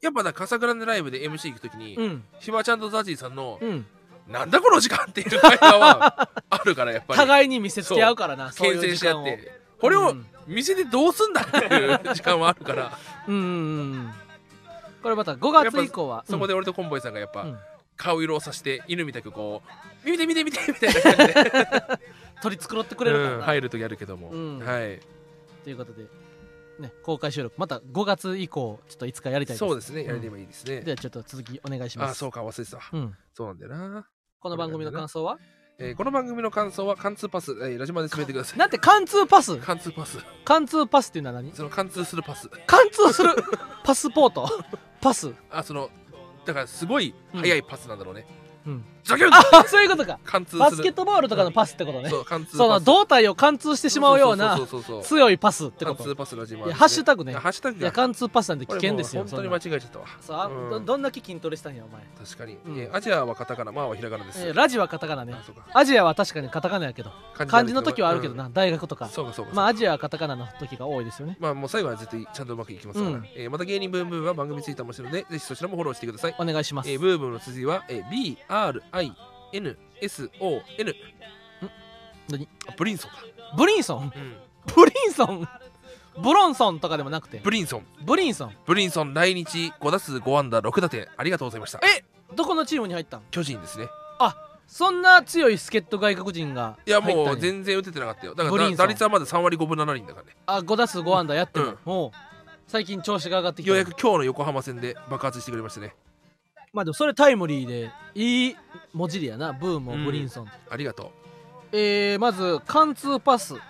やっぱだカサグランデライブで MC 行くときに、うんひわちゃんとザジーさんのうん「なんだこの時間!」っていう会話はあるからやっぱり互いに見せつけ合うからなそう牽いう制時し合間っをてこれうをん店でどうすんだっていう時間はあるからうんうんうんこれまた5月以降はそこで、で俺とコンボイさんがやっぱ、うん顔色をさして犬みたくこう「見て見て見て」みたいな 感じで、取り繕ってくれるからな、うん、入る時あるけども、うんはいということで、ね、公開収録また5月以降ちょっといつかやりたいですそうですねやれればいいですね、ではちょっと続きお願いしますあそうか忘れてたわうん、そうなんだよな、この番組の感想はえーこの番組の感想は貫通パス、えーラジマで進めてくださいなんて貫通パス貫通パス貫通パスっていうのは何その貫通するパス貫通 するパスポートパスあそのだからすごい速いパスなんだろうね、 うんジャキュンあそういうことか貫通するバスケットボールとかのパスってことねそう貫通パスその胴体を貫通してしまうようなそうそうそうそう強いパスってこ貫と通パスラジマ、いやハッシュタグねあハッシュタグいやが貫通パスなんて危険ですよこれもう本当に間違えちゃったわそんなそうあどうんどんだけ筋トレしたんやお前確かに、うんえーアジアはカタカナマーはひらがなです、えーラジはカタカナねあそうかアジアは確かにカタカナやけど漢字の時はあるけどうんな、大学とかそうかそうかそうかまあアジアはカタカナの時が多いですよねまあもう最後は絶対ちゃんとうまくいきますから、うんえーまた芸人ブームブームは番組ツイッターもしてるのでぜひそちらもフォローしてください、お願いします、えーブームの辻は、えー BRINSON 何あブリンソンか、ブリンソン うんブリンソンブロンソンとかでもなくてブリンソンブリンソンブリンソン来日5打数5安打6打点ありがとうございましたえどこのチームに入ったん巨人ですねそんな強い助っ人外国人が入いやったんもう全然打ててなかったよだかブリらンソン打率はまだ3割5分7厘だからねあ5打数5安打やってる、うんもう最近調子が上がってきてようやく今日の横浜戦で爆発してくれましたねまあでもそれタイムリーでいい文字りやなブームをブリンソン、ありがとえー、まず貫通パスう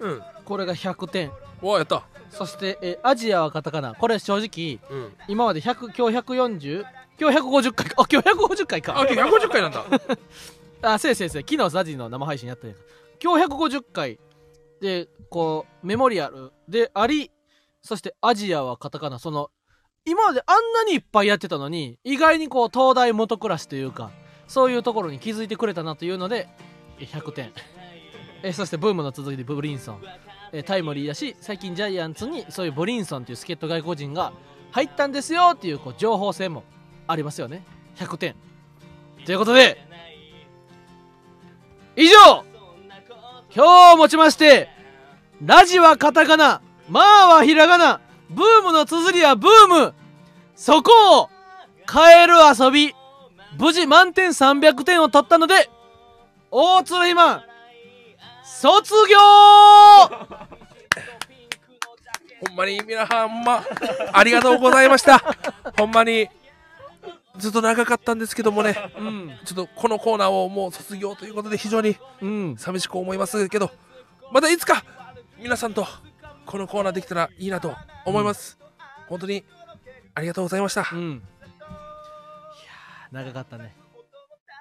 うんこれが100点おおやったそして、えーアジアはカタカナこれ正直うん今まで100今日140今日150回かあ今日150回あか今日150回なんだ あせいせいせい昨日ザジの生配信やったやん今日150回でこうメモリアルでありそしてアジアはカタカナその今まであんなにいっぱいやってたのに意外にこう東大元暮らしというかそういうところに気づいてくれたなというのでえ100点えそしてブームの続きでブリンソンえタイムリーだし最近ジャイアンツにそういうブリンソンという助っ人外国人が入ったんですよっていうこう情報性もありますよね100点ということで以上今日をもちましてラジはカタカナマーはひらがなブームの綴りはブームそこを変える遊び無事満点300点を取ったので大鶴ひまん卒業ほんまに皆さん、ほんま、ありがとうございました。ほんまに、ずっと長かったんですけどもね、うんちょっとこのコーナーをもう卒業ということで非常にうん寂しく思いますけど、またいつか皆さんとこのコーナーできたらいいなと思います。本当にありがとうございました。うんいやー長かったね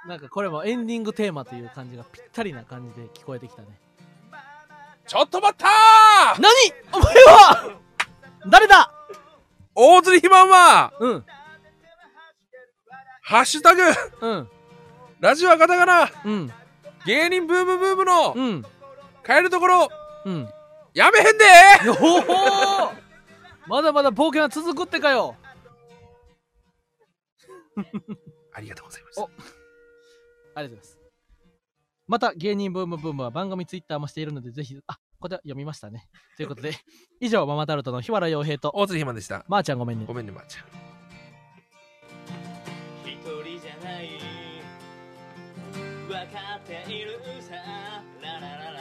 なんかこれもエンディングテーマという感じがぴったりな感じで聞こえてきたねちょっと待ったー何お前は誰だ大鶴ひまんは、うんハッシュタグ、うんラジオはカタカナ、うん芸人ブームブームのうん変えるところ、うんやめへんでよーまだまだ冒険は続くってかよありがとうございました。ありがとうございます。また、芸人ブームブームは番組ツイッターもしているので、ぜひ、あ、これは読みましたね。ということで、以上、ママタルトの日原洋平と、大鶴ひまんでした。まー、ちゃんごめんねご。めんね、まー、ちゃん。一人じゃない分かっているさララララ